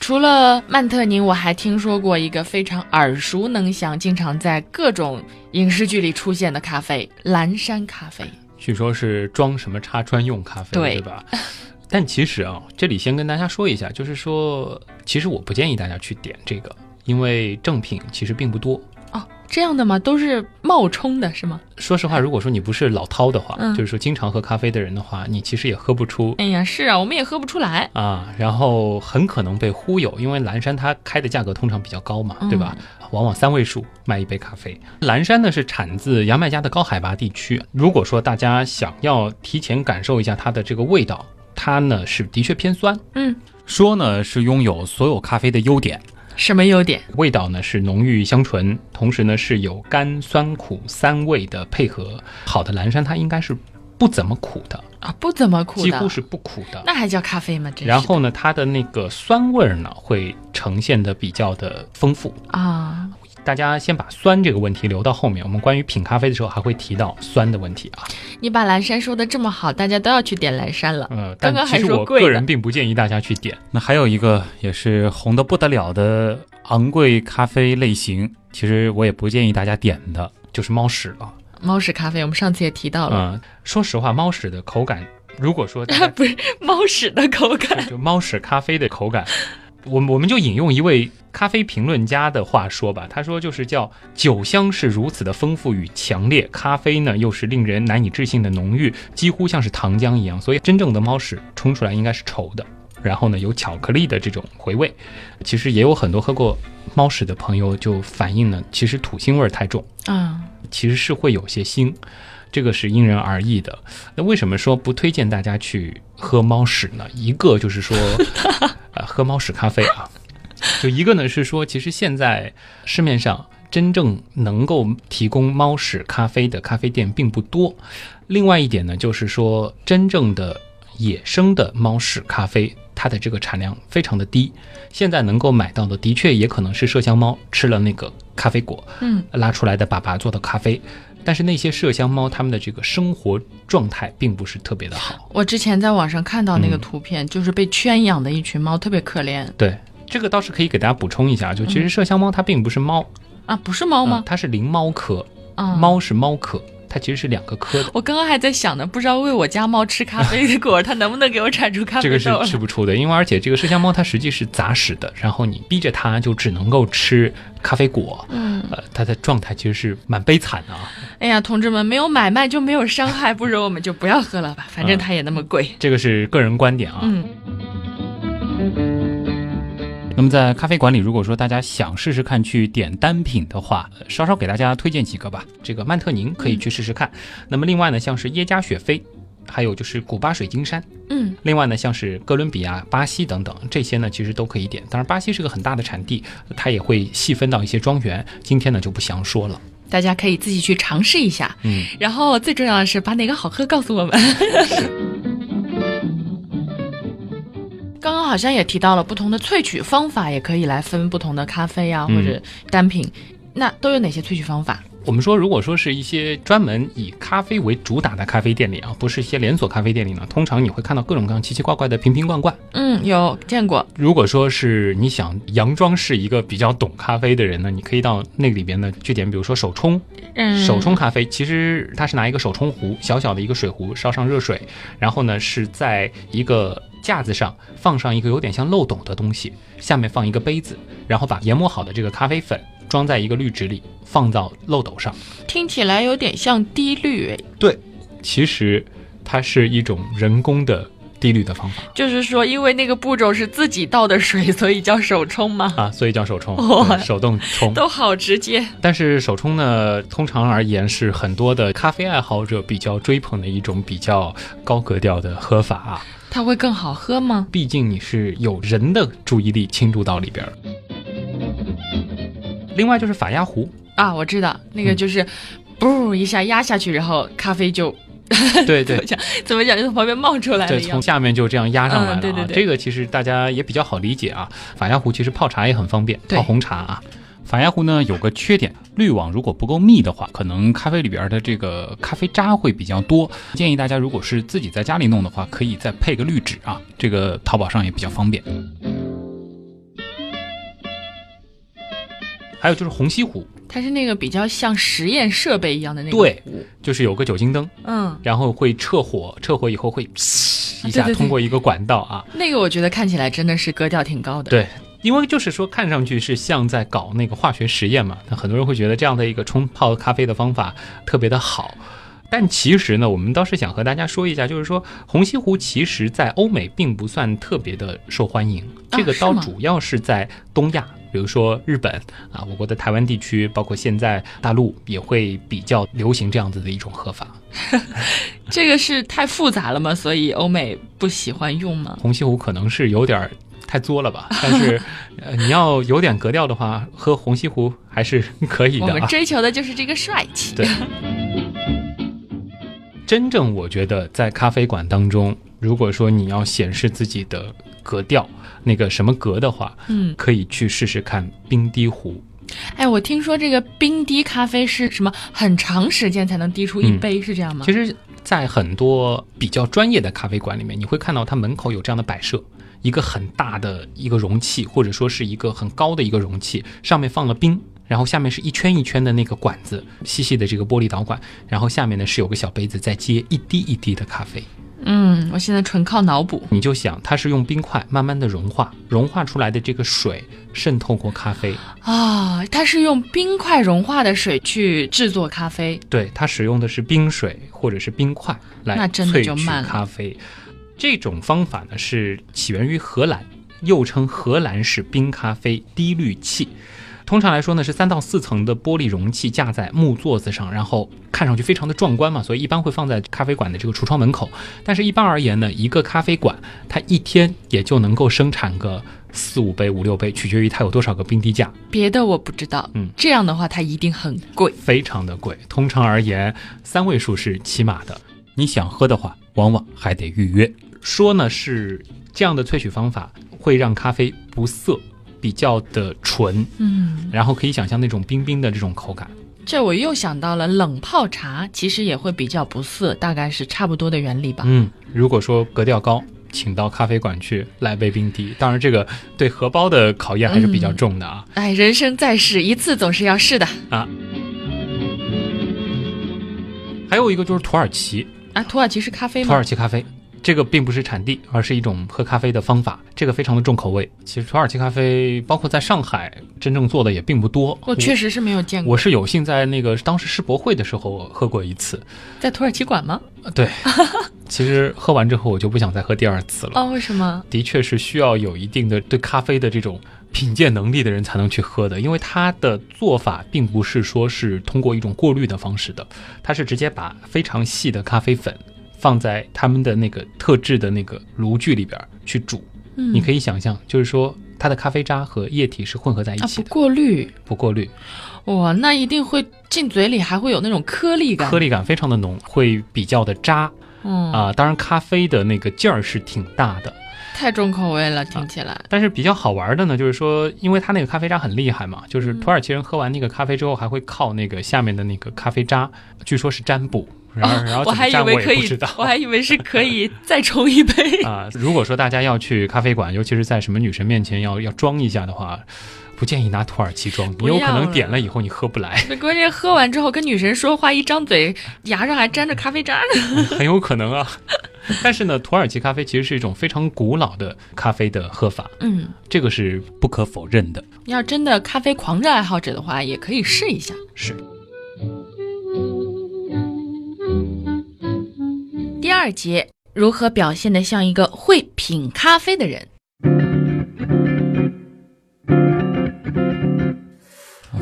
S3: 除了曼特宁，我还听说过一个非常耳熟能详、经常在各种影视剧里出现的咖啡——蓝山咖啡。
S2: 据说是装什么插专用咖啡，
S3: 对
S2: 对吧？ 但其实啊，这里先跟大家说一下，就是说，其实我不建议大家去点这个，因为正品其实并不多。
S3: 哦，这样的吗？都是冒充的，是吗？
S2: 说实话，如果说你不是老饕的话，
S3: 嗯
S2: 就是说经常喝咖啡的人的话，你其实也喝不出
S3: 哎呀，是啊，我们也喝不出来。
S2: 啊，然后很可能被忽悠，因为蓝山它开的价格通常比较高嘛，对吧？
S3: 嗯
S2: 往往三位数卖一杯咖啡。蓝山呢是产自牙买加的高海拔地区，如果说大家想要提前感受一下它的这个味道，它呢是的确偏酸，
S3: 嗯，
S2: 说呢是拥有所有咖啡的优点，
S3: 什么优点？
S2: 味道呢是浓郁香醇，同时呢是有甘酸苦三味的配合。好的蓝山它应该是不怎么苦的，
S3: 啊，不怎么苦的，
S2: 几乎是不苦的。
S3: 那还叫咖啡吗？真是的
S2: 然后呢，它的那个酸味儿呢，会呈现的比较的丰富。
S3: 啊，
S2: 大家先把酸这个问题留到后面，我们关于品咖啡的时候还会提到酸的问题啊。
S3: 你把蓝山说的这么好，大家都要去点蓝山了。
S2: 呃，
S3: 刚刚
S2: 但其实
S3: 还说
S2: 我
S3: 贵
S2: 个
S3: 的
S2: 人并不建议大家去点。
S4: 那还有一个也是红的不得了的昂贵咖啡类型，其实我也不建议大家点的。啊
S2: 就是猫屎了，
S3: 猫屎咖啡，我们上次也提到了，
S2: 嗯、说实话，猫屎的口感，如果说大家
S3: 不是
S2: 嗯
S3: 猫屎的口感。
S2: 就猫屎咖啡的口感，我们我们就引用一位咖啡评论家的话说吧，他说就是叫酒香是如此的丰富与强烈，咖啡呢又是令人难以置信的浓郁，几乎像是糖浆一样，所以真正的猫屎冲出来应该是稠的。然后呢，有巧克力的这种回味，其实也有很多喝过猫屎的朋友就反映呢，其实土腥味儿太重，
S3: 啊、
S2: 其实是会有些腥，这个是因人而异的。那为什么说不推荐大家去喝猫屎呢？一个就是说，呃，喝猫屎咖啡啊，就一个呢是说，其实现在市面上真正能够提供猫屎咖啡的咖啡店并不多。另外一点呢，就是说真正的野生的猫屎咖啡。它的这个产量非常的低，现在能够买到的的确也可能是麝香猫吃了那个咖啡果，
S3: 嗯，
S2: 拉出来的粑粑做的咖啡。但是那些麝香猫，它们的这个生活状态并不是特别的好。
S3: 我之前在网上看到那个
S2: 嗯
S3: 图片，就是被圈养的一群猫，特别可怜
S2: 对，这个倒是可以给大家补充一下，就其实麝香猫它并不是猫，
S3: 啊，不是猫
S2: 嗯
S3: 吗？
S2: 它是灵猫科，
S3: 啊，。
S2: 嗯猫是猫科，它其实是两个科 的。
S3: 我刚刚还在想呢，不知道喂我家猫吃咖啡的果儿，它能不能给我产出咖
S2: 这
S3: 啡
S2: 个
S3: 豆？
S2: 是吃不出的，因为而且这个麝香猫它实际是杂食的，然后你逼着它就只能够吃咖啡果，
S3: 嗯，
S2: 呃，它的状态其实是蛮悲惨的啊。
S3: 哎呀，同志们，没有买卖就没有伤害，不如我们就不要喝了吧，反
S2: 嗯
S3: 正它也那么贵。
S2: 这个是个人观点啊。
S3: 嗯，
S4: 那么在咖啡馆里，如果说大家想试试看去点单品的话，呃稍稍给大家推荐几个吧。
S2: 这个曼特宁可以去试试看。那么另外呢，像是耶加雪菲，还有就是古巴水晶山，
S3: 嗯，
S2: 另外呢，像是哥伦比亚、巴西等等这些呢，其实都可以点。当然，巴西是个很大的产地，它也会细分到一些庄园。今天呢就不详说了。
S3: 大家可以自己去尝试一下。
S2: 嗯，
S3: 然后最重要的是把哪个好喝告诉我们。刚刚好像也提到了不同的萃取方法，也可以来分不同的咖啡啊、
S2: 嗯
S3: 或者单品，那都有哪些萃取方法？
S2: 我们说，如果说是一些专门以咖啡为主打的咖啡店里啊，不是一些连锁咖啡店里呢，通常你会看到各种各样奇奇怪怪的瓶瓶罐罐。
S3: 嗯，有见过。
S2: 如果说是你想佯装是一个比较懂咖啡的人呢，你可以到那里边呢去点，比如说手冲，
S3: 嗯，
S2: 手冲咖啡，其实它是拿一个手冲壶，小小的一个水壶，烧上热水，然后呢是在一个架子上放上一个有点像漏斗的东西，下面放一个杯子，然后把研磨好的这个咖啡粉装在一个滤纸里，放到漏斗上。
S3: 听起来有点像滴滤，哎
S2: 其实它是一种人工的滴滤的方法
S3: 就是说，因为那个步骤是自己倒的水，所以叫手冲吗？
S2: 啊，所以叫手冲，
S3: 哇
S2: 对手动 冲。
S3: 都好直接，
S2: 但是手冲呢，通常而言是很多的咖啡爱好者比较追捧的一种比较高格调的喝法啊。
S3: 它会更好喝吗？
S2: 毕竟你是有人的注意力倾注到里 边儿。另外就是法压壶，
S3: 啊，我知道，那个
S2: 嗯
S3: 就是，噗一下压下去，然后咖啡就
S2: 对对
S3: 怎么讲， 怎么讲，就从旁边冒出来了
S2: 对，
S3: 一样
S2: 从。下面就这样压上来了、啊
S3: 哎嗯对对对
S2: 这个其实大家也比较好理解啊。法压壶其实泡茶也很方便，
S3: 对
S2: 泡红茶啊。
S4: 法压壶呢有个缺点，滤网如果不够密的话，可能咖啡里边的这个咖啡渣会比较多。建议大家如果是自己在家里弄的话，可以再配个滤纸啊，这个淘宝上也比较方便。
S2: 还有就是虹吸壶，
S3: 它是那个比较像实验设备一样的那个
S2: 对
S3: 壶
S2: 就是有个酒精灯，
S3: 嗯，
S2: 然后会撤火，撤火以后会呲一
S3: 啊对
S2: 下
S3: 对对
S2: 通过一个管道啊。
S3: 那个我觉得看起来真的是格调挺高的。
S2: 对因为就是说，看上去是像在搞那个化学实验嘛，那很多人会觉得这样的一个冲泡咖啡的方法特别的好。但其实呢，我们倒是想和大家说一下，就是说虹吸壶其实在欧美并不算特别的受欢迎，这个
S3: 啊是
S2: 倒
S3: 吗
S2: 主要是在东亚，比如说日本啊，我国的台湾地区，包括现在大陆也会比较流行这样子的一种喝法。
S3: 这个是太复杂了吗？所以欧美不喜欢用吗？
S2: 红西湖可能是有点儿太作了吧，但是呃，你要有点格调的话，喝红西湖还是可以
S3: 我
S2: 的
S3: 们
S2: 啊。
S3: 追求的就是这个帅气。
S2: 对真正我觉得在咖啡馆当中，如果说你要显示自己的格调，那个什么格的话，
S3: 嗯，
S2: 可以去试试看冰滴壶。
S3: 哎，我听说这个冰滴咖啡是什么很长时间才能滴出一
S2: 嗯
S3: 杯，是这样吗？
S2: 其实，在很多比较专业的咖啡馆里面，你会看到它门口有这样的摆设，一个很大的一个容器，或者说是一个很高的一个容器，上面放了冰。然后下面是一圈一圈的那个管子，细细的这个玻璃导管，然后下面呢是有个小杯子在接一滴一滴的咖啡。
S3: 嗯，我现在纯靠脑补。
S2: 你就想，它是用冰块慢慢的融化，融化出来的这个水渗透过咖啡，
S3: 啊、它是用冰块融化的水去制作咖啡，
S2: 对，它使用的是冰水或者是冰块来
S3: 那真的
S2: 萃
S3: 就
S2: 取
S3: 慢了
S2: 咖啡。这种方法呢是起源于荷兰，又称荷兰式冰咖啡滴滤器。通常来说呢，是三到四层的玻璃容器架在木座子上，然后看上去非常的壮观嘛，所以一般会放在咖啡馆的这个橱窗门口。但是，一般而言呢，一个咖啡馆它一天也就能够生产个四五杯、五六杯，取决于它有多少个冰滴架。
S3: 别的我不知道。
S2: 嗯，
S3: 这样的话它一定很贵。
S2: 非常的贵，通常而言，三位数是起码的。
S4: 你想喝的话，往往还得预约。
S2: 说呢是这样的萃取方法会让咖啡不涩，比较的纯，
S3: 嗯，
S2: 然后可以想象那种冰冰的这种口感。
S3: 这我又想到了冷泡茶，其实也会比较不涩，大概是差不多的原理吧。
S2: 嗯，如果说格调高，请到咖啡馆去来杯冰滴。当然，这个对荷包的考验还是比较重的啊。
S3: 哎，人生在世一次总是要试的
S2: 还有一个就是土耳其，
S3: 啊。土耳其是咖啡
S2: 土
S3: 吗
S2: 耳？其咖啡。这个并不是产地，而是一种喝咖啡的方法，这个非常的重口味。其实土耳其咖啡，包括在上海，真正做的也并不多。
S3: 我确实是没有见过，
S2: 我是有幸在那个当时世博会的时候喝过一次，
S3: 在土耳其馆吗？
S2: 呃 对，其实喝完之后我就不想再喝第二次了。
S3: 哦，为什么？
S2: 的确是需要有一定的对咖啡的这种品鉴能力的人才能去喝的，因为它的做法并不是说是通过一种过滤的方式的，它是直接把非常细的咖啡粉放在他们的那个特制的那个炉具里边儿去煮。
S3: 嗯，
S2: 你可以想象，就是说它的咖啡渣和液体是混合在一
S3: 啊，
S2: 起
S3: 不
S2: 的，
S3: 过滤，
S2: 不过滤。
S3: 哇，那一定会进嘴里还会有那种颗粒感。
S2: 颗粒感非常的浓，会比较的渣
S3: 嗯
S2: 啊、当然，咖啡的那个劲儿是挺大的，
S3: 太重口味了，听起来。
S2: 但是比较好玩的呢，就是说，因为它那个咖啡渣很厉害嘛，就是
S3: 嗯
S2: 土耳其人喝完那个咖啡之后，还会靠那个下面的那个咖啡渣，据说是占卜，然后、然后
S3: 哦我
S2: 怎
S3: 还
S2: 么
S3: 以
S2: 占
S3: 为
S2: 我
S3: 可
S2: 也不
S3: 以
S2: 知道，。
S3: 我还以为是可以再冲 一杯。
S2: 啊、如果说大家要去咖啡馆，尤其是在什么女神面前要要装一下的话，不建议拿土耳其装，
S3: 不
S2: 你有可
S3: 要
S2: 能
S3: 了
S2: 点了以后你喝不来，
S3: 那关键喝 完之后跟女神说话，一张嘴牙上还沾着咖啡渣呢。
S2: 很有可能啊。但是呢，土耳其咖啡其实是一种非常古老的咖啡的喝法，
S3: 嗯，
S2: 这个是不可否认的。
S3: 要真的咖啡狂热爱好者的话，也可以试一下。
S2: 是
S1: 第二节，如何表现得像一个会品咖啡的人？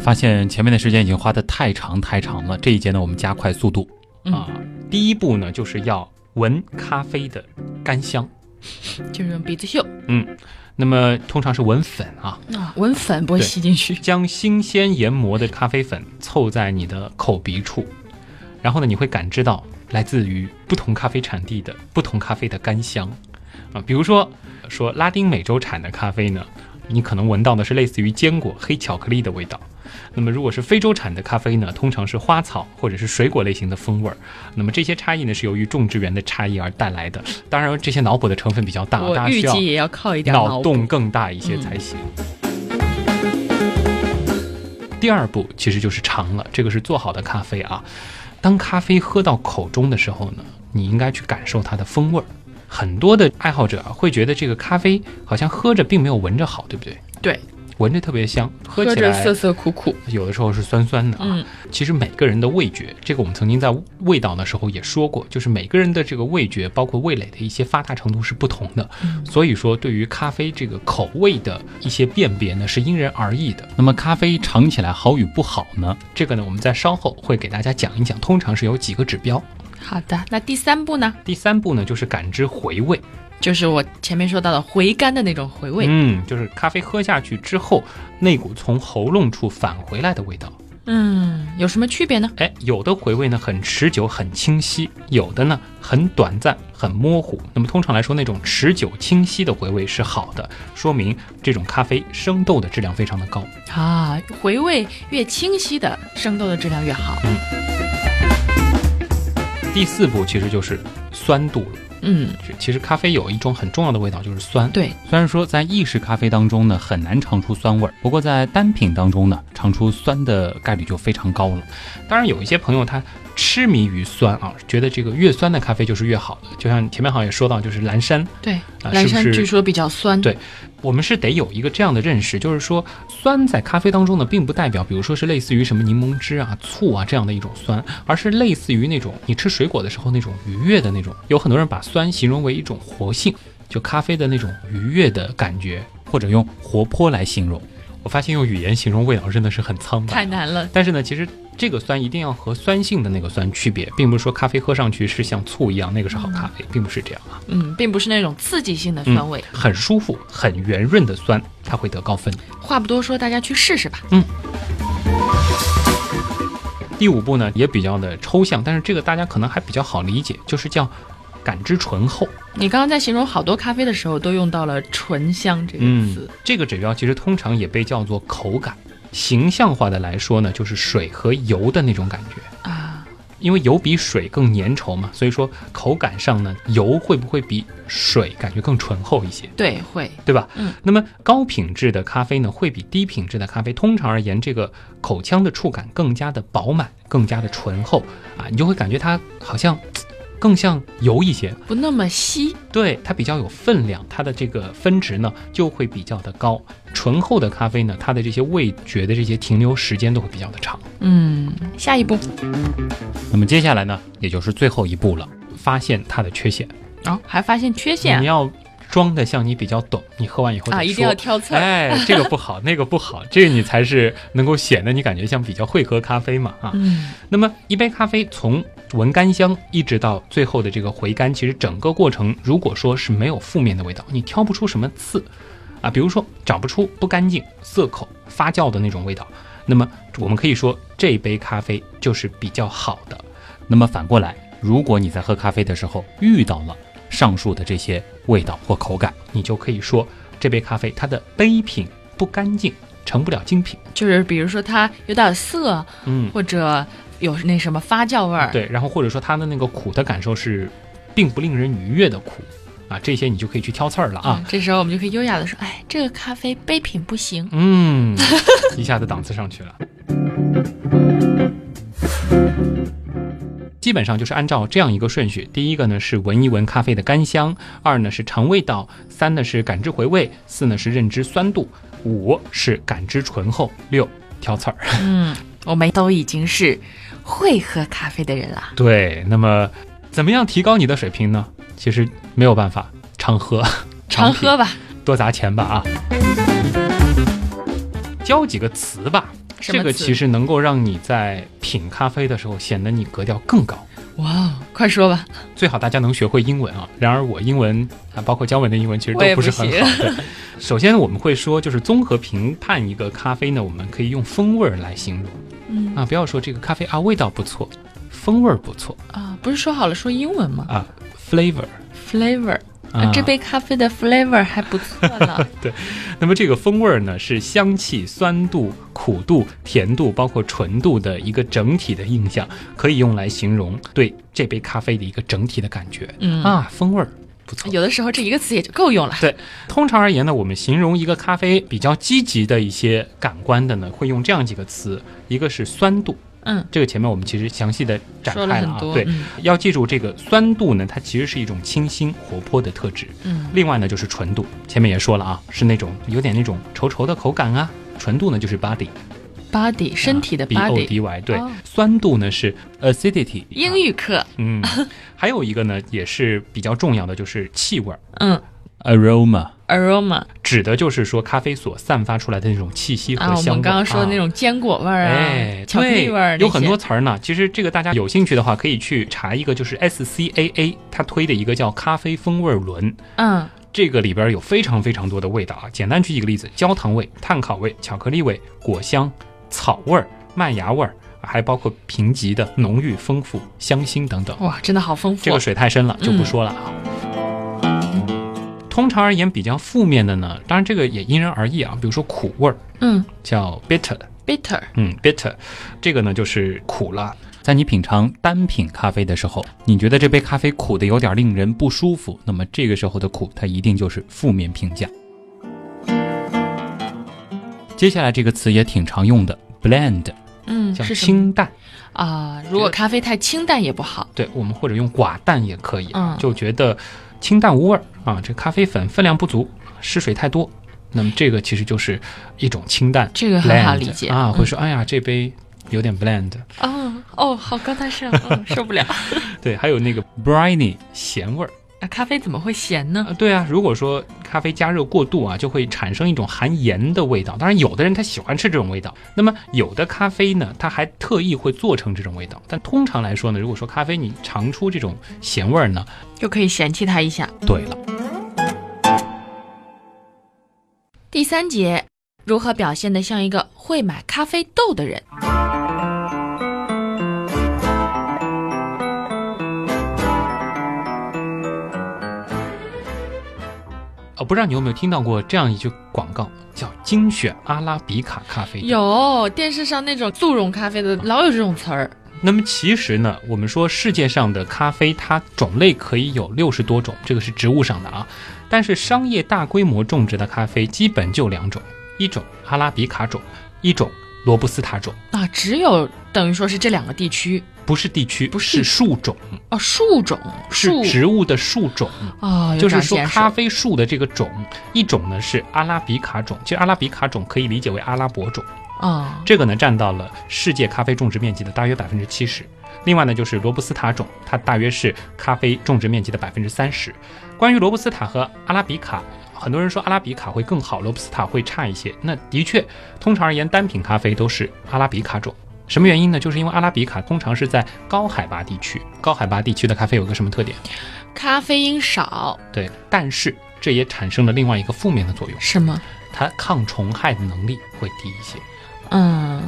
S4: 发现前面的时间已经花得太长太长了，这一节呢，我们加快速度。
S2: 啊，第一步呢就是要闻咖啡的干香，
S3: 就是用鼻子嗅
S2: 那么通常是闻粉啊，
S3: 啊，闻粉不会
S2: 对
S3: 吸进去。
S2: 将新鲜研磨的咖啡粉凑在你的口鼻处，然后呢，你会感知到来自于不同咖啡产地的不同咖啡的干香啊，比如说说拉丁美洲产的咖啡呢，你可能闻到的是类似于坚果、黑巧克力的味道。那么如果是非洲产的咖啡呢，通常是花草或者是水果类型的风味儿。那么这些差异呢，是由于种植园的差异而带来的。当然，这些脑补的成分比较大，大
S3: 我
S2: 家
S3: 预
S2: 需要
S3: 计也要靠一点嗯
S2: 脑
S3: 脑
S2: 洞更大一些才行。第二步其实就是尝了，这个是做好的咖啡啊。当咖啡喝到口中的时候呢，你应该去感受它的风味儿。很多的爱好者啊，会觉得这个咖啡好像喝着并没有闻着好，对不对？
S3: 对，
S2: 闻着特别香，喝
S3: 喝
S2: 起
S3: 着
S2: 来
S3: 涩涩苦苦。
S2: 有的时候是酸酸的啊。
S3: 嗯
S2: 其实每个人的味觉，这个我们曾经在味道的时候也说过，就是每个人的这个味觉，包括味蕾的一些发达程度是不同的。
S3: 嗯
S2: 所以说，对于咖啡这个口味的一些辨别呢，是因人而异的。
S4: 那么咖啡尝起来好与不好呢？
S2: 这个呢，我们在稍后会给大家讲一讲，通常是有几个指标。
S3: 好的，那第三步呢，
S2: 第三步呢，就是感知回味。
S3: 就是我前面说到的回甘的那种回味。
S2: 嗯，就是咖啡喝下去之后，那股从喉咙处返回来的味道。
S3: 嗯，有什么区别呢？
S2: 哎，有的回味呢很持久、很清晰，有的呢很短暂、很模糊。那么通常来说，那种持久清晰的回味是好的，说明这种咖啡生豆的质量非常的高。
S3: 啊，回味越清晰的生豆的质量越好。
S2: 第四步其实就是酸度了。
S3: 嗯，
S2: 是其实咖啡有一种很重要的味道就是酸。
S3: 对，
S4: 虽然说在意式咖啡当中呢很难尝出酸味儿，不过在单品当中呢尝出酸的概率就非常高了。
S2: 当然有一些朋友他痴迷于酸啊，觉得这个越酸的咖啡就是越好的。就像前面好像也说到，就是蓝山，
S3: 对，
S2: 啊
S3: 蓝
S2: 是
S3: 山
S2: 不是
S3: 据说比较酸。
S2: 对我们是得有一个这样的认识，就是说酸在咖啡当中呢，并不代表，比如说是类似于什么柠檬汁啊、醋啊这样的一种酸，而是类似于那种你吃水果的时候那种愉悦的那种。有很多人把酸形容为一种活性，就咖啡的那种愉悦的感觉。
S4: 或者用活泼来形容，
S2: 我发现用语言形容味道真的是很苍白
S3: 太。难了，
S2: 但是呢，其实这个酸一定要和酸性的那个酸区别，并不是说咖啡喝上去是像醋一样，那个是好咖啡，并不是这样啊，
S3: 嗯，并不是那种刺激性的
S2: 嗯
S3: 酸味。
S2: 很舒服、很圆润的酸，它会得高分。
S3: 话不多说，大家去试试吧。
S2: 第五步呢也比较的抽象，但是这个大家可能还比较好理解，就是叫感知醇厚。
S3: 你刚刚在形容好多咖啡的时候，都用到了“醇香”这个词。，
S2: 这个指标其实通常也被叫做口感。形象化的来说呢，就是水和油的那种感觉。
S3: 啊，
S2: 因为油比水更粘稠嘛，所以说口感上呢，油会不会比水感觉更醇厚一些，
S3: 对，会
S2: 对吧？
S3: 嗯。
S2: 那么高品质的咖啡呢，会比低品质的咖啡，通常而言，这个口腔的触感更加的饱满，更加的醇厚啊，你就会感觉它好像更像油一些，
S3: 不那么稀。
S2: 对，它比较有分量，它的这个分值呢就会比较的高。醇厚的咖啡呢，它的这些味觉的这些停留时间都会比较的长。
S3: 嗯，下一步
S4: 那么接下来呢，也就是最后一步了。
S2: 发现它的缺陷，
S3: 啊、还发现缺陷
S2: 你要装的像你比较懂，你喝完以后
S3: 啊，
S2: 再
S3: 一
S2: 说
S3: 定要挑刺儿。
S2: 哎，这个不好，那个不好，这你才是能够显得你感觉像比较会喝咖啡嘛啊。
S3: 嗯，
S2: 那么一杯咖啡从闻干香一直到最后的这个回甘，其实整个过程如果说是没有负面的味道，你挑不出什么刺啊，比如说找不出不干净、涩口、发酵的那种味道，那么我们可以说这杯咖啡就是比较好的。
S4: 那么反过来，如果你在喝咖啡的时候遇到了上述的这些味道或口感，
S2: 你就可以说这杯咖啡它的杯品不干净，成不了精品。
S3: 就是比如说它有点涩，
S2: 嗯，
S3: 或者有那什么发酵味儿。，
S2: 对，然后或者说它的那个苦的感受是，并不令人愉悦的苦啊，这些你就可以去挑刺儿了啊
S3: 嗯。，这时候我们就可以优雅的说：“哎，这个咖啡杯品不行。
S2: 嗯， 一下子档次上去了。基本上就是按照这样一个顺序：第一个呢是闻一闻咖啡的干香，二呢是尝味道，三呢是感知回味，四呢是认知酸度，五是感知醇厚，六挑刺儿。
S1: 嗯，我们都已经是会喝咖啡的人了。
S2: 对，那么怎么样提高你的水平呢？其实没有办法，常喝，
S1: 常喝吧，
S2: 多砸钱吧啊！教几个词吧，
S1: 什
S2: 这
S1: 么
S2: 个
S1: 词
S2: 其实能够让你在品咖啡的时候显得你格调更高。
S1: 哇哦，快说吧，
S2: 最好大家能学会英文啊。然而我英文啊，包括姜文的英文其实都
S1: 我也
S2: 不是
S1: 不
S2: 很
S1: 行
S2: 好。对，首先我们会说，就是综合评判一个咖啡呢，我们可以用风味儿来形容。
S1: 嗯
S2: 啊，不要说这个咖啡啊味道不错，风味儿不错
S3: 啊，不是说好了说英文吗
S2: 啊，flavor。
S3: ？Flavor，、
S2: 啊，
S3: 这杯咖啡的 flavor 还不错 呢。
S2: 那么这个风味儿呢，是香气、酸度、苦度、甜度，包括纯度的一个整体的印象，可以用来形容对这杯咖啡的一个整体的感觉。
S3: 嗯哎
S2: 啊，风味儿不错。
S1: 有的时候这一个词也就够用了。
S2: 通常而言呢，我们形容一个咖啡比较积极的一些感官的呢，会用这样几个词，一个是酸度，
S3: 嗯，
S2: 这个前面我们其实详细的展
S3: 说
S2: 开了
S3: 很
S2: 啊，
S3: 多，
S2: 对，
S3: 嗯
S2: 要记住这个酸度呢，它其实是一种清新活泼的特质。
S3: 嗯，
S2: 另外呢就是纯度，前面也说了啊，是那种有点那种稠稠的口感啊。纯度呢就是 body，
S3: ，body 身体的
S2: b 啊 o
S3: body，、
S2: d y 对。
S3: 哦
S2: 酸度呢是 acidity，
S1: 英
S2: 语、
S1: 语课
S2: 嗯，还有一个呢也是比较重要的就是气味儿
S3: 嗯
S4: aroma，
S3: ，aroma
S2: 指的就是说咖啡所散发出来的那种气息和
S3: 啊，我
S2: 香味。
S3: 们刚刚说的那种坚果味儿啊，
S2: 哎，
S3: 巧克力味儿那些，
S2: 对有很多词儿呢。其实这个大家有兴趣的话，可以去查一个，就是 SCAA 它推的一个叫咖啡风味轮，
S3: 嗯
S2: 这个里边有非常非常多的味道啊。简单举几个例子：焦糖味、碳烤味、巧克力味、果香、草味儿、麦芽味儿，还包括贫瘠的浓郁、丰富、香辛等等。
S3: 哇，真的好丰富。
S2: 这个水太深了，就不说了啊。
S3: 嗯
S2: 通常而言，比较负面的呢，当然这个也因人而异啊。比如说苦味儿
S3: 嗯
S2: 叫 bitter，
S3: ，bitter
S2: 嗯，bitter，这个呢就是苦了。
S4: 在你品尝单品咖啡的时候，你觉得这杯咖啡苦的有点令人不舒服，那么这个时候的苦，它一定就是负面评价。接下来这个词也挺常用的，blend，
S3: 嗯
S2: 叫
S3: 是什么
S2: 清淡。
S3: 啊、如果咖啡太清淡也不好。
S2: 对我们或者用寡淡也可以啊，
S3: 嗯
S2: 就觉得清淡无味儿啊，这咖啡粉分量不足，失水太多。那么这个其实就是一种清淡，
S3: 这个很好理解
S2: blend 啊，
S3: 嗯
S2: 会说、哎呀这杯有点 blend。
S3: 哦哦，好高大上，嗯、受不了。
S2: 对，还有那个
S4: briny，
S2: 咸味儿
S3: 啊，咖啡怎么会咸呢？
S2: 啊，对啊，如果说咖啡加热过度啊，就会产生一种含盐的味道。当然，有的人他喜欢吃这种味道，那么有的咖啡呢，它还特意会做成这种味道。但通常来说呢，如果说咖啡你尝出这种咸味儿呢，
S3: 又可以嫌弃它一下。
S2: 对了，
S1: 第三节，如何表现得像一个会买咖啡豆的人？
S2: 呃，不知道你有没有听到过这样一句广告，叫“精选阿拉比卡咖啡”。。
S3: 有电视上那种速溶咖啡的，老有这种词儿。
S2: 那么其实呢，我们说世界上的咖啡，它种类可以有六十多种，这个是植物上的啊。但是商业大规模种植的咖啡基本就两种，一种阿拉比卡种，一种罗布斯塔种，
S3: 啊，只有等于说是这两个地区
S2: 不是地区，
S3: 不是
S2: 是树种，
S3: 哦，树种
S2: 是
S3: 树
S2: 植物的树种。
S3: 哦，有
S2: 就是
S3: 长
S2: 说，
S3: 见识
S2: 咖啡树的这个种，一种呢是阿拉比卡种，其实阿拉比卡种可以理解为阿拉伯种。
S3: 哦，
S2: 这个呢占到了世界咖啡种植面积的大约百分之七十。另外呢，就是罗布斯塔种，它大约是咖啡种植面积的百分之三十。关于罗布斯塔和阿拉比卡，很多人说阿拉比卡会更好，罗布斯塔会差一些。那的确，通常而言，单品咖啡都是阿拉比卡种。什么原因呢？就是因为阿拉比卡通常是在高海拔地区，高海拔地区的咖啡有个什么特点？
S3: 咖啡因少
S2: 对，但是这也产生了另外一个负面的作用，
S3: 是吗？
S2: 它抗虫害的能力会低一些。
S3: 嗯，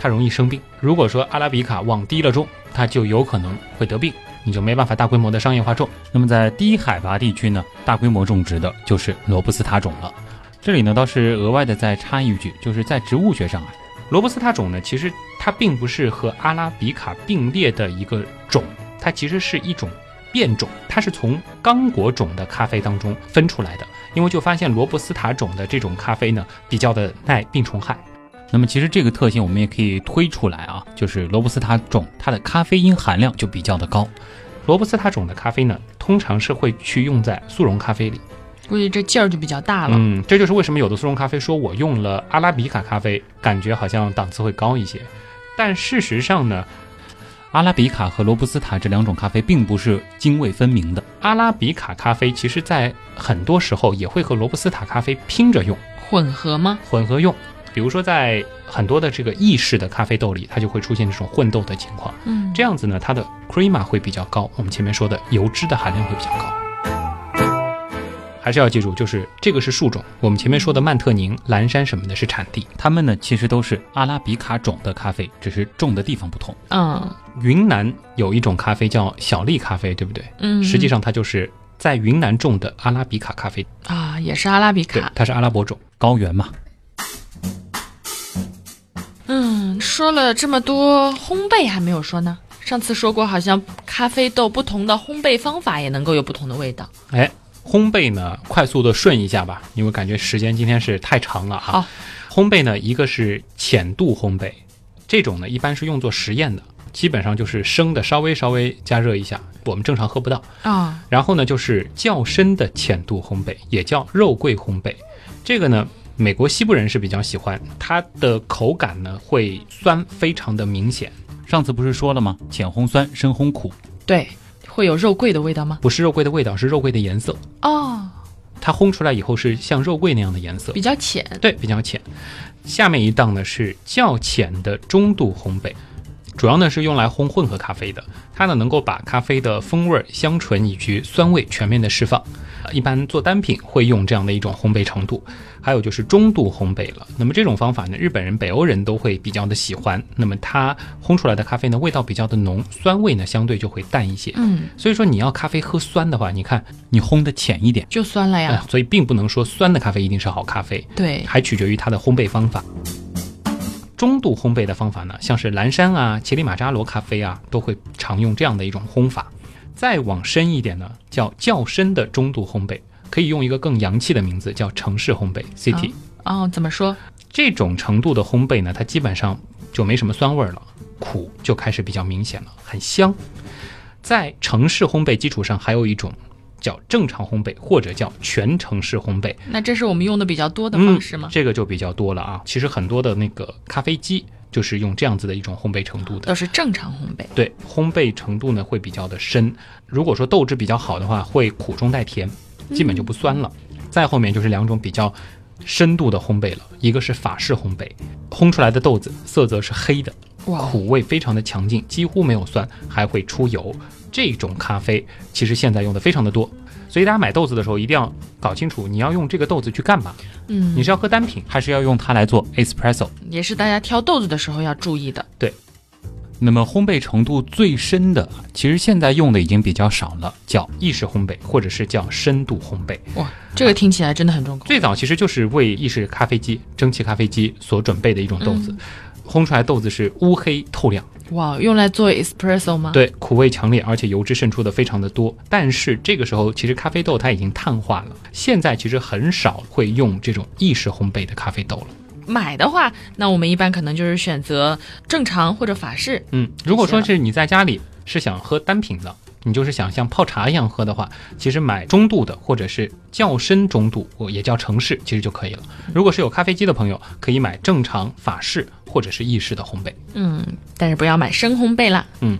S2: 它容易生病。如果说阿拉比卡往低了种，它就有可能会得病，你就没办法大规模的商业化种。
S4: 那么在低海拔地区呢，大规模种植的就是罗布斯塔种了。这里呢倒是额外的再插一句，就是在植物学上啊，
S2: 罗布斯塔种呢，其实它并不是和阿拉比卡并列的一个种，它其实是一种变种，它是从刚果种的咖啡当中分出来的。因为就发现罗布斯塔种的这种咖啡呢，比较的耐病虫害。
S5: 那么其实这个特性我们也可以推出来啊，就是罗布斯塔种它的咖啡因含量就比较的高。
S2: 罗布斯塔种的咖啡呢，通常是会去用在速溶咖啡里。
S3: 估计这劲儿就比较大了。
S2: 嗯，这就是为什么有的速溶咖啡说我用了阿拉比卡咖啡，感觉好像档次会高一些，但事实上呢，
S5: 阿拉比卡和罗布斯塔这两种咖啡并不是泾渭分明的。
S2: 阿拉比卡咖啡其实在很多时候也会和罗布斯塔咖啡拼着用，
S3: 混合吗？
S2: 混合用。比如说，在很多的这个意式的咖啡豆里，它就会出现这种混豆的情况。
S3: 嗯，
S2: 这样子呢，它的 crema 会比较高，我们前面说的油脂的含量会比较高。还是要记住，就是这个是树种，我们前面说的曼特宁、蓝山什么的是产地。
S5: 它们呢其实都是阿拉比卡种的咖啡，只是种的地方不同。
S3: 嗯
S2: 云南有一种咖啡叫小粒咖啡，对不对？
S3: 嗯，
S2: 实际上它就是在云南种的阿拉比卡咖啡，
S3: 啊，也是阿拉比
S2: 对
S3: 卡，。
S2: 它是阿拉伯种。
S5: 高原嘛，
S3: 嗯，说了这么多烘焙还没有说呢。上次说过，好像咖啡豆不同的烘焙方法也能够有不同的味道。
S2: 哎，烘焙呢，快速的顺一下吧，因为感觉时间今天是太长了哈。
S3: 好
S2: 烘焙呢，一个是浅度烘焙，这种呢一般是用作实验的，基本上就是生的稍微稍微加热一下，我们正常喝不到。
S3: 啊，
S2: 然后呢，就是较深的浅度烘焙，也叫肉桂烘焙。这个呢，美国西部人是比较喜欢，它的口感呢会酸，非常的明显，
S5: 上次不是说了吗？浅烘酸，深烘苦。
S3: 对，会有肉桂的味道吗？
S2: 不是肉桂的味道，是肉桂的颜色。
S3: 哦，
S2: 它烘出来以后是像肉桂那样的颜色，
S3: 比较浅。
S2: 对，比较浅。下面一档呢是较浅的中度烘焙，主要呢是用来烘混合咖啡的。它呢能够把咖啡的风味、香醇以及酸味全面的释放。呃一般做单品会用这样的一种烘焙程度。还有就是中度烘焙了。那么这种方法呢，日本人、北欧人都会比较的喜欢。那么它烘出来的咖啡呢，味道比较的浓，酸味呢相对就会淡一些。
S3: 嗯，
S2: 所以说你要咖啡喝酸的话，你看，
S5: 你烘的浅一点，
S3: 就酸了
S2: 哎、
S3: 呀。
S2: 所以并不能说酸的咖啡一定是好咖啡。
S3: 对，
S2: 还取决于它的烘焙方法。中度烘焙的方法呢，像是蓝山啊、乞力马扎罗咖啡啊，都会常用这样的一种烘法。再往深一点呢，叫较深的中度烘焙，可以用一个更洋气的名字，叫城市烘焙 （city）。
S3: 哦，怎么说？
S2: 这种程度的烘焙呢，它基本上就没什么酸味儿了，苦就开始比较明显了，很香。在城市烘焙基础上，还有一种叫正常烘焙，或者叫全城市烘焙。
S3: 那这是我们用的比较多的方式吗？
S2: 嗯这个就比较多了啊。其实很多的那个咖啡机就是用这样子的一种烘焙程度的。
S3: 都是正常烘焙。
S2: 对，烘焙程度呢会比较的深。如果说豆质比较好的话，会苦中带甜，基本就不酸了。再后面就是两种比较深度的烘焙了，一个是法式烘焙，烘出来的豆子色泽是黑的，
S3: 哇，
S2: 苦味非常的强劲，几乎没有酸，还会出油。这种咖啡其实现在用的非常的多，所以大家买豆子的时候一定要搞清楚你要用这个豆子去干嘛，
S3: 嗯
S2: 你，是要喝单品
S5: 还是要用它来做 espresso。
S3: 也是大家挑豆子的时候要注意的。
S5: 那么烘焙程度最深的，
S2: 啊
S5: 其实现在用的已经比较少了，叫
S2: 意式烘焙，或者是叫深度烘焙。
S3: 哇，这个听起来真的很重口。
S2: 最早其实就是为意式咖啡机、蒸汽咖啡机所准备的一种豆子，烘出来豆子是乌黑透亮，
S3: 哇，用来做 espresso 吗？，
S2: 对，苦味强烈，而且油脂渗出的非常的多。但是这个时候，其实咖啡豆它已经碳化了，现在其实很少会用这种意式烘焙的咖啡豆了。
S3: 买的话，那我们一般可能就是选择正常或者法式。
S2: 嗯，如果说是你在家里是想喝单品的，你就是想像泡茶一样喝的话，其实买中度的或者是较深中度，我也叫城市，其实就可以了。如果是有咖啡机的朋友，可以买正常法式或者是意式的烘焙。
S3: 嗯，但是不要买深烘焙啦。
S2: 嗯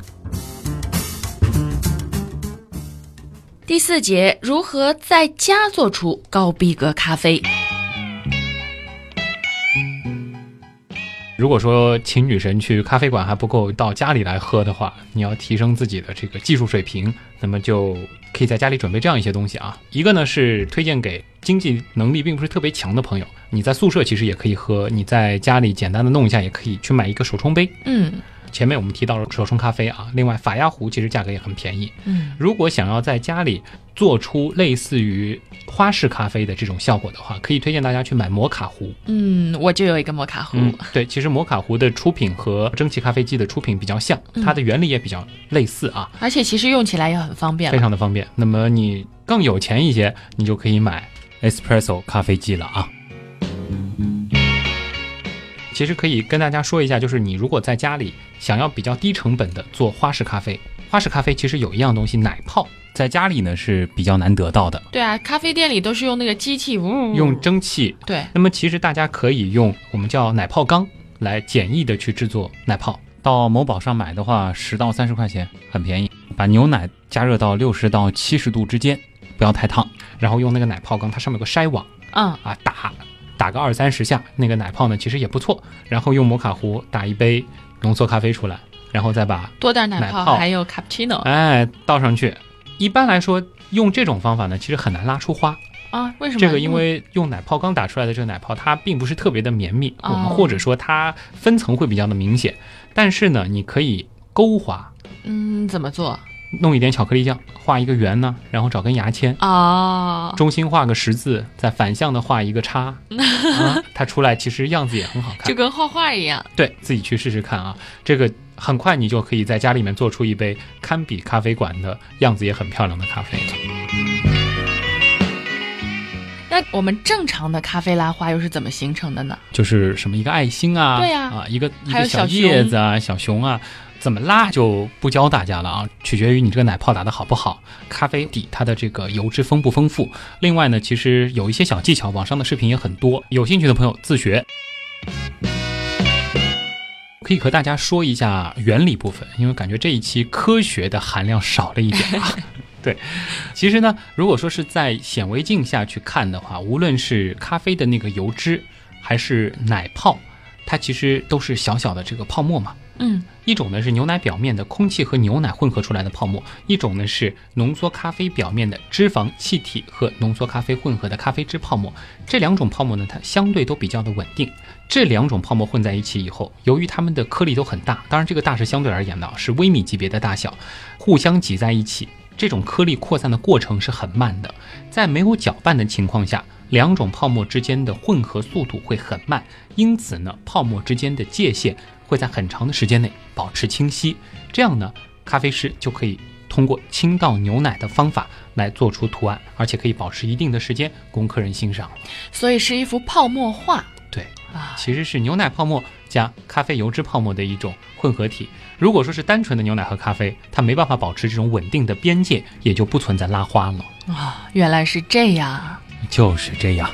S6: 第四节，如何在家做出高逼格咖啡？
S2: 如果说秦女神去咖啡馆还不够，到家里来喝的话，你要提升自己的这个技术水平，那么就可以在家里准备这样一些东西啊。一个呢是推荐给经济能力并不是特别强的朋友，你在宿舍其实也可以喝，你在家里简单的弄一下也可以，去买一个手冲杯。
S3: 嗯
S2: 前面我们提到了手冲咖啡啊，另外法压壶其实价格也很便宜。
S3: 嗯，
S2: 如果想要在家里做出类似于花式咖啡的这种效果的话，可以推荐大家去买摩卡壶。
S3: 嗯，我就有一个摩卡壶。
S2: 嗯，对，其实摩卡壶的出品和蒸汽咖啡机的出品比较像，它的原理也比较类似啊，
S3: 而且其实用起来也很方便
S2: 非
S3: 了。
S2: 常的方便。那么你更有钱一些，你就可以买
S5: espresso 咖啡机了啊。
S2: 其实可以跟大家说一下，就是你如果在家里想要比较低成本的做花式咖啡，花式咖啡其实有一样东西，奶泡。在家里呢是比较难得到的，
S3: 对啊，咖啡店里都是用那个机器，呜，
S2: 用蒸汽。
S3: 对，
S2: 那么其实大家可以用我们叫奶泡缸来简易的去制作奶泡。
S4: 到某宝上买的话，十到三十块钱，很便宜。把牛奶加热到六十到七十度之间，不要太烫，
S2: 然后用那个奶泡缸，它上面有个筛网
S3: 嗯，
S2: 啊，打打个二三十下，那个奶泡呢其实也不错。然后用摩卡壶打一杯浓缩咖啡出来，然后再把
S3: 嗯多点奶
S2: 奶
S3: 泡，
S2: 泡
S3: 还有 cappuccino
S2: 哎倒上去。一般来说，用这种方法呢，其实很难拉出花。
S3: 啊？为什么？
S2: 这个因为用奶泡刚打出来的这个奶泡，它并不是特别的绵密，
S3: 哦
S2: 我们或者说它分层会比较的明显。但是呢，你可以勾滑，
S3: 嗯，怎么做
S2: 弄一点巧克力酱，画一个圆呢，然后找根牙签，
S3: 啊？
S2: 中心画个十字，再反向的画一个 叉，啊，它出来其实样子也很好看
S3: 就。跟画画一样，
S2: 对自己去试试看啊，这个很快你就可以在家里面做出一杯堪比咖啡馆的样子也很漂亮的咖啡了。
S3: 那我们正常的咖啡拉花又是怎么形成的呢？
S2: 就是什么一个爱心啊，
S3: 对呀
S2: 啊，一个一
S3: 还有
S2: 个
S3: 小熊
S2: 叶子啊，小熊啊，怎么拉就不教大家了啊，取决于你这个奶泡打的好不好，咖啡底它的这个油脂丰不丰富。另外呢，其实有一些小技巧，网上的视频也很多，有兴趣的朋友自学。可以和大家说一下原理部分，因为感觉这一期科学的含量少了一点啊。 对，其实呢，如果说是在显微镜下去看的话，无论是咖啡的那个油脂，还是奶泡，它其实都是小小的这个泡沫嘛。
S3: 嗯，
S2: 一种呢是牛奶表面的空气和牛奶混合出来的泡沫，一种呢是浓缩咖啡表面的脂肪、气体和浓缩咖啡混合的咖啡脂泡沫。这两种泡沫呢，它相对都比较的稳定。这两种泡沫混在一起以后，由于它们的颗粒都很大，当然这个大是相对而言的啊，是微米级别的大小，互相挤在一起，这种颗粒扩散的过程是很慢的。在没有搅拌的情况下，两种泡沫之间的混合速度会很慢，因此呢，泡沫之间的界限会在很长的时间内保持清晰。这样呢，咖啡师就可以通过倾倒牛奶的方法来做出图案，而且可以保持一定的时间供客人欣赏。
S3: 所以是一幅泡沫画
S2: 对，
S3: 啊。
S2: 其实是牛奶泡沫加咖啡油脂泡沫的一种混合体。如果说是单纯的牛奶和咖啡，它没办法保持这种稳定的边界，也就不存在拉花了。
S3: 啊，原来是这样啊。
S4: 就是这样。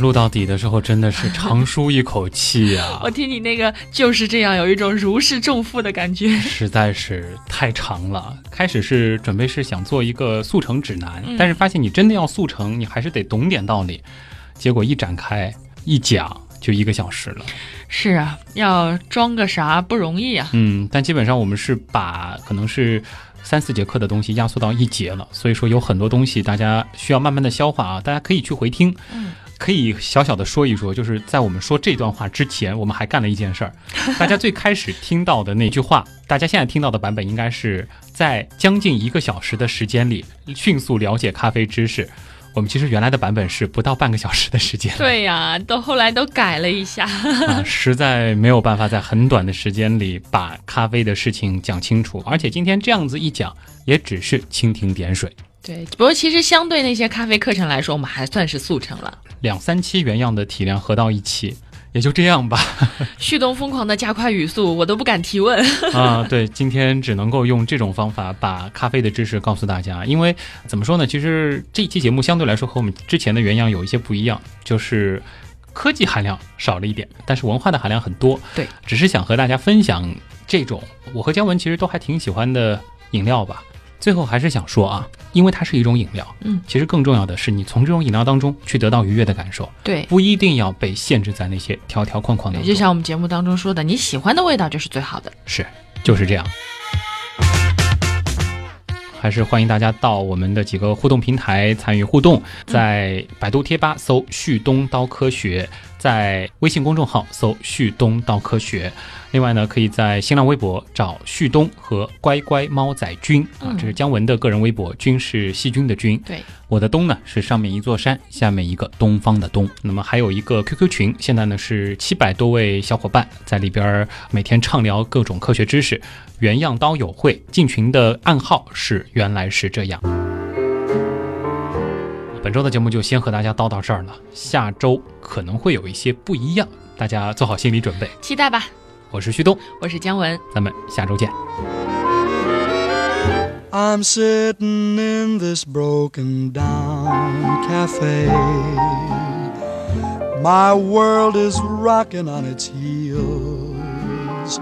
S4: 录到底的时候，真的是长舒一口气啊呀、
S3: 我听你那个就是这样，有一种如释重负的感 觉。
S4: 实在是太长了。开始是准备是想做一个速成指南，
S3: 嗯
S4: 但是发现你真的要速成，你还是得懂点道理。结果一展开一讲就一个小时了。
S3: 是啊，要装个啥不容易啊。
S4: 嗯，但基本上我们是把可能是。三四节课的东西压缩到一节了，所以说有很多东西大家需要慢慢的消化啊，大家可以去回听，
S3: 嗯
S4: 可以小小的说一说，就是在我们说这段话之前，我们还干了一件事儿，大家最开始听到的那句话，大家现在听到的版本应该是在将近一个小时的时间里迅速了解咖啡知识。我们其实原来的版本是不到半个小时的时间，
S3: 对呀、都后来都改了一下。
S4: 啊，实在没有办法在很短的时间里把咖啡的事情讲清楚，而且今天这样子一讲，也只是蜻蜓点水，
S3: 对，不过其实相对那些咖啡课程来说，我们还算是速成了。
S4: 两三期原样的体量合到一起，也就这样吧。
S3: 旭东疯狂的加快语速，我都不敢提问。
S4: 啊，对，今天只能够用这种方法把咖啡的知识告诉大家。因为怎么说呢，其实这一期节目相对来说和我们之前的原样有一些不一样，就是科技含量少了一点，但是文化的含量很多。
S3: 对，
S4: 只是想和大家分享这种我和姜文其实都还挺喜欢的饮料吧。最后还是想说啊，因为它是一种饮料，
S3: 嗯，
S4: 其实更重要的是你从这种饮料当中去得到愉悦的感受，
S3: 对，
S4: 不一定要被限制在那些条条框框当
S3: 对，
S4: 中
S3: 就。像我们节目当中说的，你喜欢的味道就是最好的。
S4: 是，就是这样。还是欢迎大家到我们的几个互动平台参与互动，在百度贴吧搜“旭东刀科学”，
S2: 在微信公众号搜“旭东道科学”，另外呢，可以在新浪微博找旭东和乖乖猫仔君啊，这是姜文的个人微博，君是细菌的君。
S3: 对，
S2: 我的东呢是上面一座山，下面一个东方的东。那么还有一个 QQ 群，现在呢是七百多位小伙伴在里边儿每天畅聊各种科学知识，原样刀友会。进群的暗号是“原来是这样”。本周的节目就先和大家叨到这儿了，下周可能会有一些不一样，大家做好心理准备。
S3: 期待吧。
S2: 我是旭东，
S3: 我是姜文，
S2: 咱们下周见。
S7: I'm sitting in this broken down cafe. My world is rocking on its heels.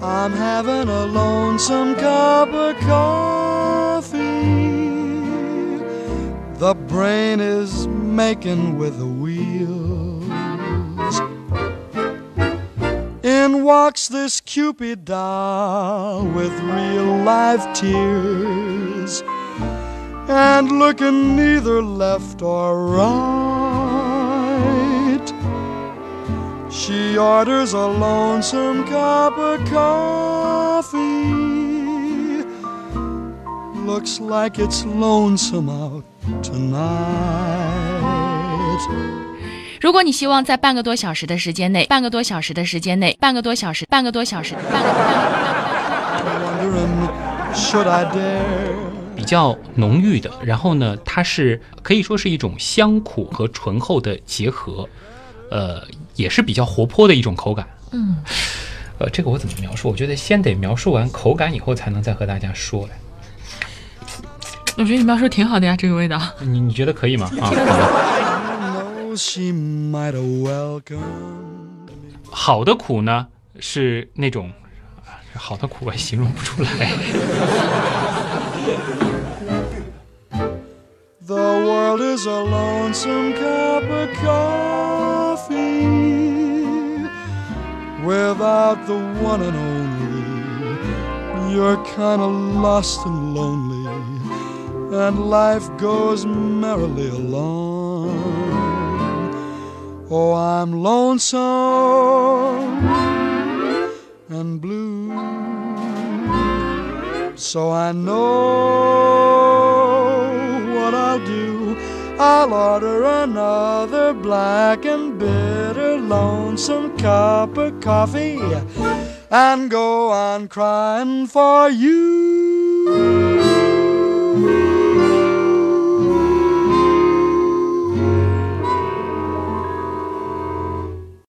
S7: I'm having a lonesome cup of coffee. The brain is making with the wheels. In walks this Cupid doll with real life tears and looking neither left or right. She orders a lonesome cup of coffee. Looks like it's lonesome out tonight.
S1: 如果你希望在半个多小时的时间内，半个多小时的时间内，半个多小时，半个多小时，半个半个半个。
S7: Wondering, should I dare?
S2: 比较浓郁的，然后呢，它是可以说是一种香苦和醇厚的结合，呃，也是比较活泼的一种口感。嗯，呃，这个我怎么描述？我觉得先得描述完口感以后，才能再和大家说。哎
S3: 我觉得你描述挺好的呀，这个味道。
S2: 你你觉得可以 吗？啊，
S7: know she might have welcomed me.
S2: 好的苦呢是那种，啊好的苦我也形容不出来。
S7: The world is a lonesome cup of coffee without the one and only. You're kind of lost and lonely, and life goes merrily along. Oh, I'm lonesome and blue. So I know what I'll do. I'll order another black and bitter lonesome cup of coffee and go on crying for you.